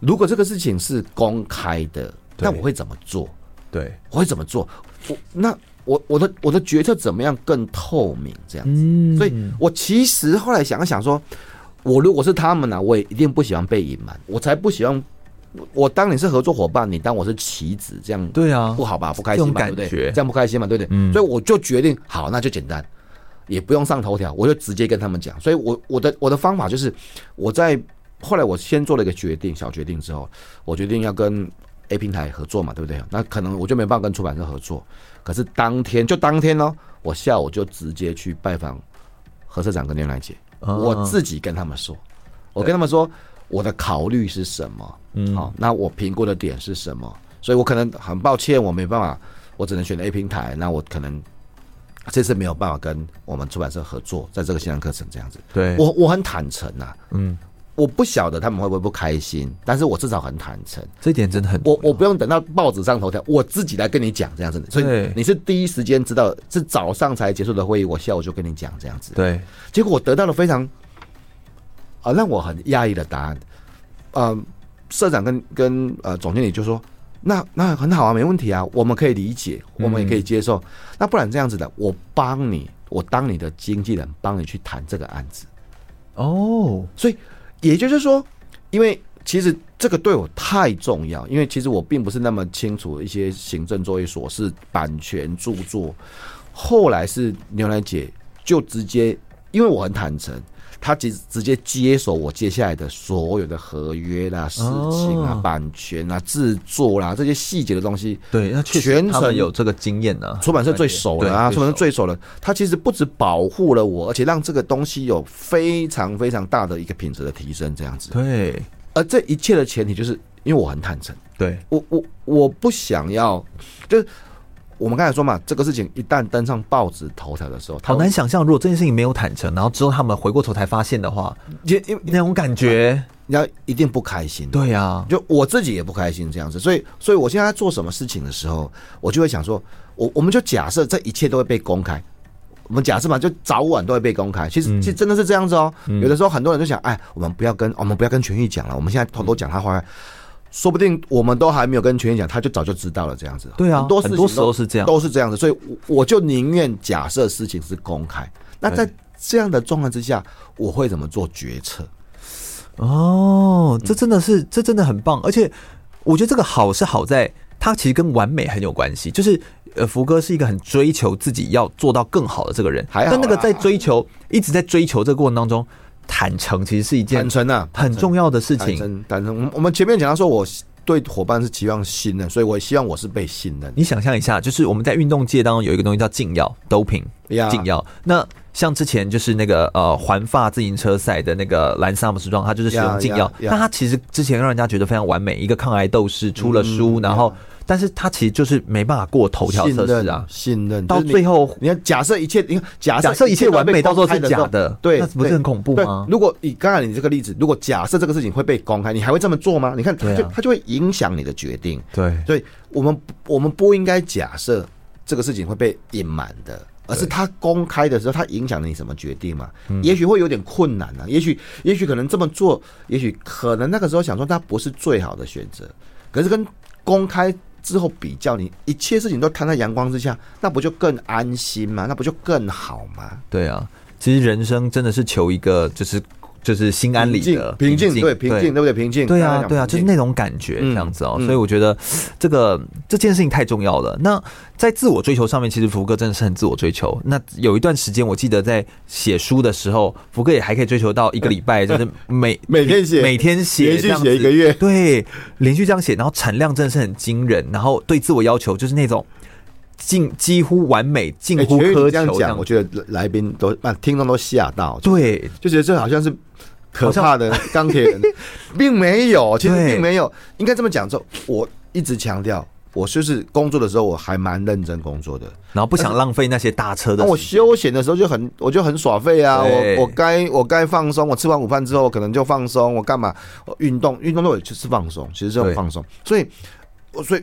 如果这个事情是公开的，
对
那我会怎么做？
对，
我会怎么做？我那我我的我的决策怎么样更透明？这样子，
嗯
所以我其实后来想一想说，我如果是他们呢、啊我也一定不喜欢被隐瞒，我才不喜欢。我我当你是合作伙伴，你当我是棋子，这样
对啊
不，好吧？不开心嘛，
这
对
种
不对
感觉？
这样不开心嘛，对不对？
嗯
所以我就决定，好，那就简单，也不用上头条，我就直接跟他们讲。所以我我的我的方法就是，我在后来我先做了一个决定，小决定之后，我决定要跟 A 平台合作嘛，对不对？那可能我就没办法跟出版社合作，可是当天就当天哦，我下午就直接去拜访何社长跟牛奶姐，
哦
我自己跟他们说，我跟他们说我的考虑是什么，嗯，好、那我评估的点是什么，所以我可能很抱歉，我没办法，我只能选 A 平台，那我可能这次没有办法跟我们出版社合作，在这个线上课程这样子，
对，
我我很坦诚呐、
嗯，
我不晓得他们会不会不开心，但是我至少很坦诚，
这一点真的很
我我不用等到报纸上头条，我自己来跟你讲这样子的，所以
对
你是第一时间知道，是早上才结束的会议，我下午就跟你讲这样子。
对，
结果我得到了非常啊让我很讶异的答案。呃，社长跟跟呃总经理就说：“那那很好啊，没问题啊，我们可以理解，我们也可以接受。那不然这样子的，我帮你，我当你的经纪人，帮你去谈这个案子。哦，所以也就是说，因为其实这个对我太重要，因为其实我并不是那么清楚一些行政作业琐事、版权、著作。后来是牛奶姐就直接，因为我很坦诚，她直直接接手我接下来的所有的合约啦、事情啊、
哦
版权啊、制作啦这些细节的东西，
对，那确实
全
他们
程
有这个经验呢、啊。
出版社最熟了啊，
对
出版社最熟了。它其实不止保护了我，而且让这个东西有非常非常大的一个品质的提升，这样子。
对
而呃这一切的前提就是因为我很坦诚，
对，
我我我不想要，就是我们刚才说嘛，这个事情一旦登上报纸头条的时候，它
好难想象，如果这件事情没有坦诚，然后之后他们回过头才发现的话，
因因
那种感觉，
人家一定不开心。
对啊，
就我自己也不开心这样子，所以，所以我现在在做什么事情的时候，我就会想说，我我们就假设这一切都会被公开，我们假设嘛，就早晚都会被公开。其实，
嗯
其实真的是这样子哦。有的时候很多人就想，哎，我们不要跟我们不要跟全玉讲了，我们现在偷偷讲他坏话，说不定我们都还没有跟全玉讲，他就早就知道了这样子。
对啊
很多事
很
情
多时候是这样
都是这样子。所以我，我就宁愿假设事情是公开。那在这样的状况之下，我会怎么做决策？
哦，
嗯
这真的是，这真的很棒，而且我觉得这个好是好在它其实跟完美很有关系，就是呃，福哥是一个很追求自己要做到更好的这个人，
还好啦
但那个在追求一直在追求这个过程当中，坦诚其实是一件
坦诚啊，
很重要的事
坦
情。
诚，坦诚。我们我们前面讲到说，我对伙伴是期望信任，所以我希望我是被信任。
你想象一下，就是我们在运动界当中有一个东西叫禁药 （doping），
呀
禁药。那像之前就是那个呃环法自行车赛的那个兰萨姆斯壮，他就是使用禁药
呀，呀呀
但他其实之前让人家觉得非常完美，一个抗癌斗士出了书，然后但是他其实就是没办法过头条
嗯信
测试啊
任，，信任
到最。
就是
后。
你你看，假设一切，你看，假
假设一切
都
完美，
被
到
公
时候
开
是
的时候
假的，
对，
那不是
对
很恐怖啊
对
吗？
如果以刚才你这个例子，如果假设这个事情会被公开，你还会这么做吗？你看，它
对啊
就它就会影响你的决定。
对，
所以我们我们不应该假设这个事情会被隐瞒的，而是它公开的时候，它影响了你怎么决定嘛？
嗯
也许会有点困难啊，也许也许可能这么做，也许可能那个时候想说它不是最好的选择，可是跟公开。之后比较，你一切事情都摊在阳光之下，那不就更安心吗？那不就更好吗？
对啊，其实人生真的是求一个就是就是心安理得、
平静，平静对平静，对不对？平静，
对
大家
啊，
讲
对啊，
平
就是
静
那种感觉这样子哦、
嗯嗯
所以我觉得这个这件事情太重要了。那在自我追求上面，其实福哥真的是很自我追求。那有一段时间，我记得在写书的时候，福哥也还可以追求到一个礼拜， 就是每
每天写
每天写，
连续
这样子
写一个月
对，连续这样写，然后产量真的是很惊人，然后对自我要求就是那种近几乎完美、近
哎
乎
全宇
苛
这样
求
讲，我觉得来宾都啊，听众都吓到，
对，
就觉得这好像是可怕的钢铁人，并没有，其实
对
并没有，应该这么讲。就我一直强调，我就是工作的时候我还蛮认真工作的，
然后不想浪费那些大车的
那我
时间
休闲的时候就很，我就很耍废啊，
对
我我该我该放松，我吃完午饭之后我可能就放松，我干嘛？我运动运动都有就是放松，其实这种
对
放松，所以我所以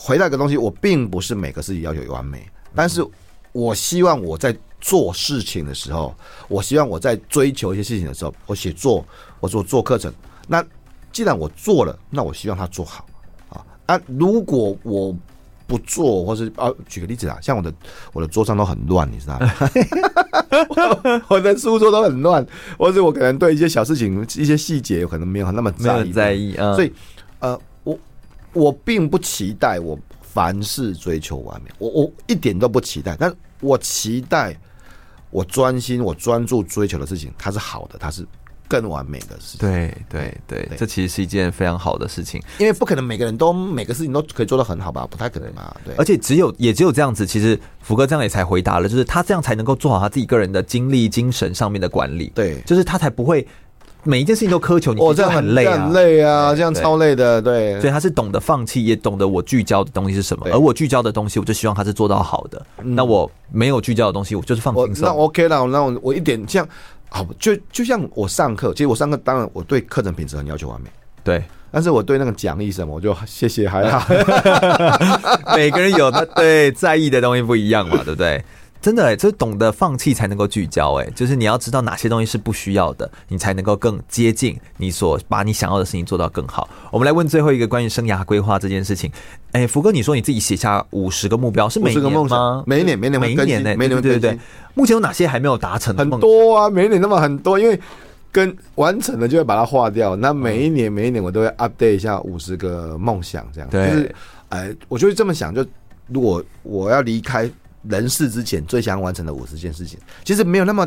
回到一个东西，我并不是每个事情要求完美，但是我希望我在做事情的时候，我希望我在追求一些事情的时候，我写作，我做做课程，那既然我做了，那我希望它做好啊啊！如果我不做，或是啊，举个例子啊，像我的我的桌上都很乱，你知道吗？ 我我的书桌都很乱，或是我可能对一些小事情、一些细节，可能没有那么
没有
在
人
意，
在意啊，
所以呃，我我并不期待我凡事追求完美，我我一点都不期待，但我期待我专心、我专注追求的事情，它是好的，它是更完美的事情。
对对对，
对
这其实是一件非常好的事情，
因为不可能每个人都每个事情都可以做得很好吧？不太可能嘛。对，
而且只有也只有这样子，其实福哥这样也才回答了，就是他这样才能够做好他自己个人的精力、精神上面的管理，
对
就是他才不会每一件事情都苛求你，
我、
其
哦这
实
样
很累
这样
啊
很。累啊，这样
对
超累的，对。
所以他是懂得放弃，也懂得我聚焦的东西是什么，
对嗯
而我聚焦的东西，我就希望他是做到好的。那我没有聚焦的东西，我就是放
我
轻
那
松。
OK 了，那我我一点像好，就就像我上课，其实我上课当然我对课程品质很要求完美，
对，
但是我对那个讲义什么，我就谢谢还好。
每个人有的对在意的东西不一样嘛，对不对？真的、欸，就是懂得放弃才能够聚焦、欸。哎，就是你要知道哪些东西是不需要的，你才能够更接近你所把你想要的事情做到更好。我们来问最后一个关于生涯规划这件事情。哎、福哥，你说你自己写下五十个目标是每
50个
年
梦
吗
想？每一年每一年会
每一
更新
年呢、
每一年会
对对对
更
对。目前有哪些还没有达成的
很
梦想？
多啊，每一年那么很多，因为跟完成了就会把它划掉。那每一年每一年我都会 update 一下五十个梦想，这样。
对
就是哎，我就是这么想，就如果我要离开人世之前，最想完成的五十件事情，其实没有那么。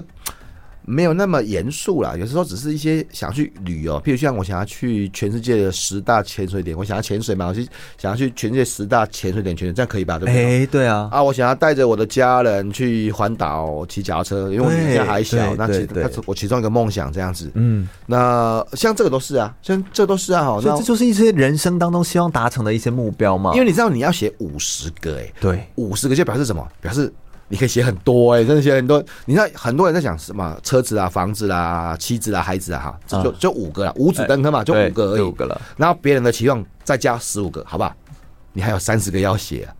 没有那么严肃啦，有时候只是一些想去旅游，譬如像我想要去全世界的十大潜水点，我想要潜水嘛，我去想要去全世界十大潜水点潜水，这样可以吧？对不对？
哎，对啊，
啊，我想要带着我的家人去环岛骑脚踏车，因为我年纪还小，
对
那其
对对
那是我其中一个梦想这样子。
嗯，
那像这个都是啊，像这都是啊，好，
所
那
以这就是一些人生当中希望达成的一些目标嘛。
因为你知道你要写五十个哎、
对，
五十个就表示什么？表示你可以写很多哎、真的写很多。你看很多人在讲什么车子啊、房子啦、妻子啊、孩子啊，哈，这就就五个啦，五子登科嘛，就
对
五个而
就五
已。
个了。
然后别人的期望再加十五个，好不好？你还有三十个要写、啊。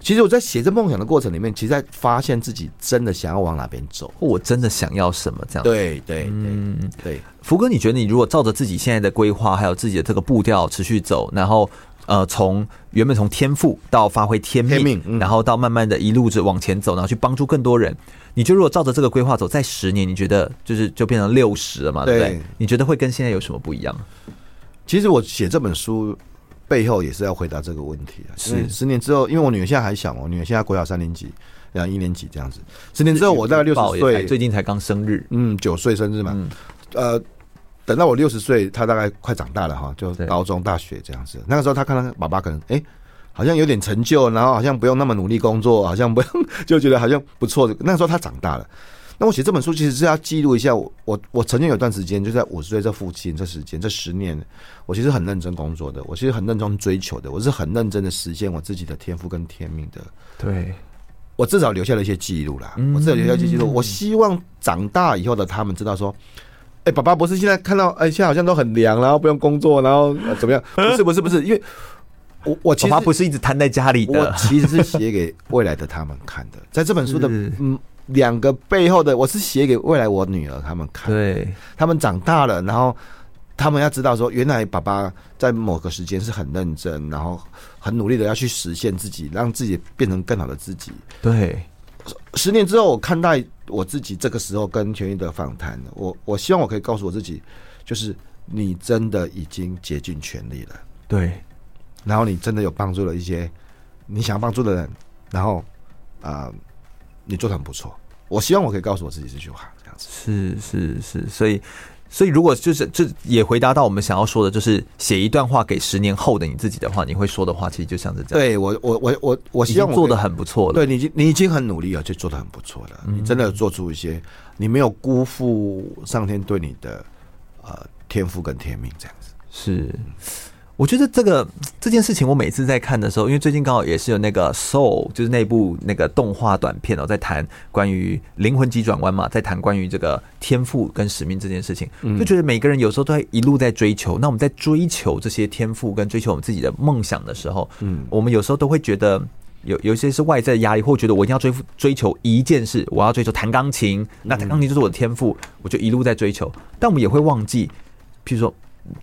其实我在写这梦想的过程里面，其实在发现自己真的想要往哪边走。
哦我真的想要什么这样？，
对对对对，
福哥，你觉得你如果照着自己现在的规划，还有自己的这个步调持续走，然后呃，从原本从天赋到发挥天命，
天命嗯
然后到慢慢的一路着往前走，然后去帮助更多人，你觉得如果照着这个规划走，在十年，你觉得就是就变成六十了嘛？对不对
对？
你觉得会跟现在有什么不一样？
其实我写这本书背后也是要回答这个问题啊。是十年之后，因为我女儿现在还小嘛，我女儿现在国小三年级，然后一年级这样子。十年之后，我大概六
宝
十
也才
岁，
最近才刚生日，
嗯，九岁生日嘛，呃，等到我六十岁，他大概快长大了哈，就
对
高中、大学这样子。那个时候，他看到爸爸可能哎、诶好像有点成就，然后好像不用那么努力工作，好像不用 就觉得好像不错。那个时候他长大了。那我写这本书其实是要记录一下我我我曾经有段时间就在五十岁这附近这时间这十年，我其实很认真工作的，我其实很认真追求的，我是很认真的实现我自己的天赋跟天命的。
对，
我至少留下了一些记录啦，
嗯
我至少留下一些记录。我希望长大以后的他们知道说，哎、爸爸不是现在看到，哎、现在好像都很凉，然后不用工作，然后、呃 怎么样？不是不是不是，因为我我其
爸爸
实
不是一直瘫在家里
我
的，
其实是写给未来的他们看的，在这本书的
是
嗯两个背后的，我是写给未来我女儿他们看的。
对，
他们长大了，然后他们要知道说，原来爸爸在某个时间是很认真，然后很努力的要去实现自己，让自己变成更好的自己。
对，
十年之后，我看待我自己这个时候跟权益的访谈，我我希望我可以告诉我自己，就是你真的已经竭尽全力了，
对，
然后你真的有帮助了一些你想帮助的人，然后啊、呃你做的很不错。我希望我可以告诉我自己这句话，这样子。
是是是，所以所以如果就是这也回答到我们想要说的，就是写一段话给十年后的你自己的话，你会说的话，其实就像是这样，
对我，我我我我
已
希
经
望我
做
可以
的很不错了。
对你已经你已经很努力了，就做的很不错了。你真的有做出一些，你没有辜负上天对你的呃天赋跟天命，这样子。
是，我觉得这个这件事情，我每次在看的时候，因为最近刚好也是有那个《Soul》，就是那部那个动画短片哦，在谈关于灵魂急转弯嘛，在谈关于这个天赋跟使命这件事情，
嗯
就觉得每个人有时候都在一路在追求。那我们在追求这些天赋跟追求我们自己的梦想的时候，嗯，我们有时候都会觉得。有有一些是外在的压力，或觉得我一定要追追求一件事，我要追求弹钢琴，那弹钢琴就是我的天赋，我就一路在追求。但我们也会忘记，譬如说，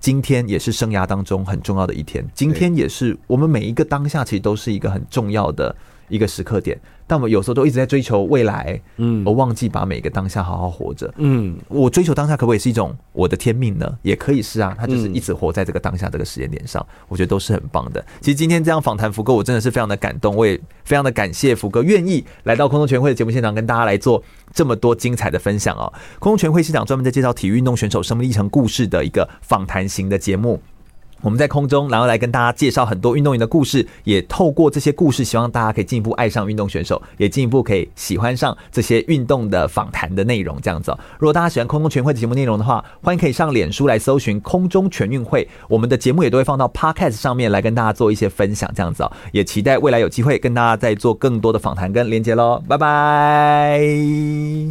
今天也是生涯当中很重要的一天，今天也是我们每一个当下，其实都是一个很重要的一个时刻点。但我们有时候都一直在追求未来，嗯，而忘记把每个当下好好活着。
嗯，
我追求当下可不可以是一种我的天命呢？也可以是啊，他就是一直活在这个当下这个时间点上，我觉得都是很棒的。其实今天这样访谈福哥，我真的是非常的感动，我也非常的感谢福哥愿意来到空中全会的节目现场，跟大家来做这么多精彩的分享哦。空中全会是一档专门在介绍体育运动选手生命历程故事的一个访谈型的节目。我们在空中，然后来跟大家介绍很多运动员的故事，也透过这些故事，希望大家可以进一步爱上运动选手，也进一步可以喜欢上这些运动的访谈的内容，这样子、哦。如果大家喜欢空中全运会的节目内容的话，欢迎可以上脸书来搜寻“空中全运会”，我们的节目也都会放到 Podcast 上面来跟大家做一些分享，这样子、哦。也期待未来有机会跟大家再做更多的访谈跟连接喽，拜拜。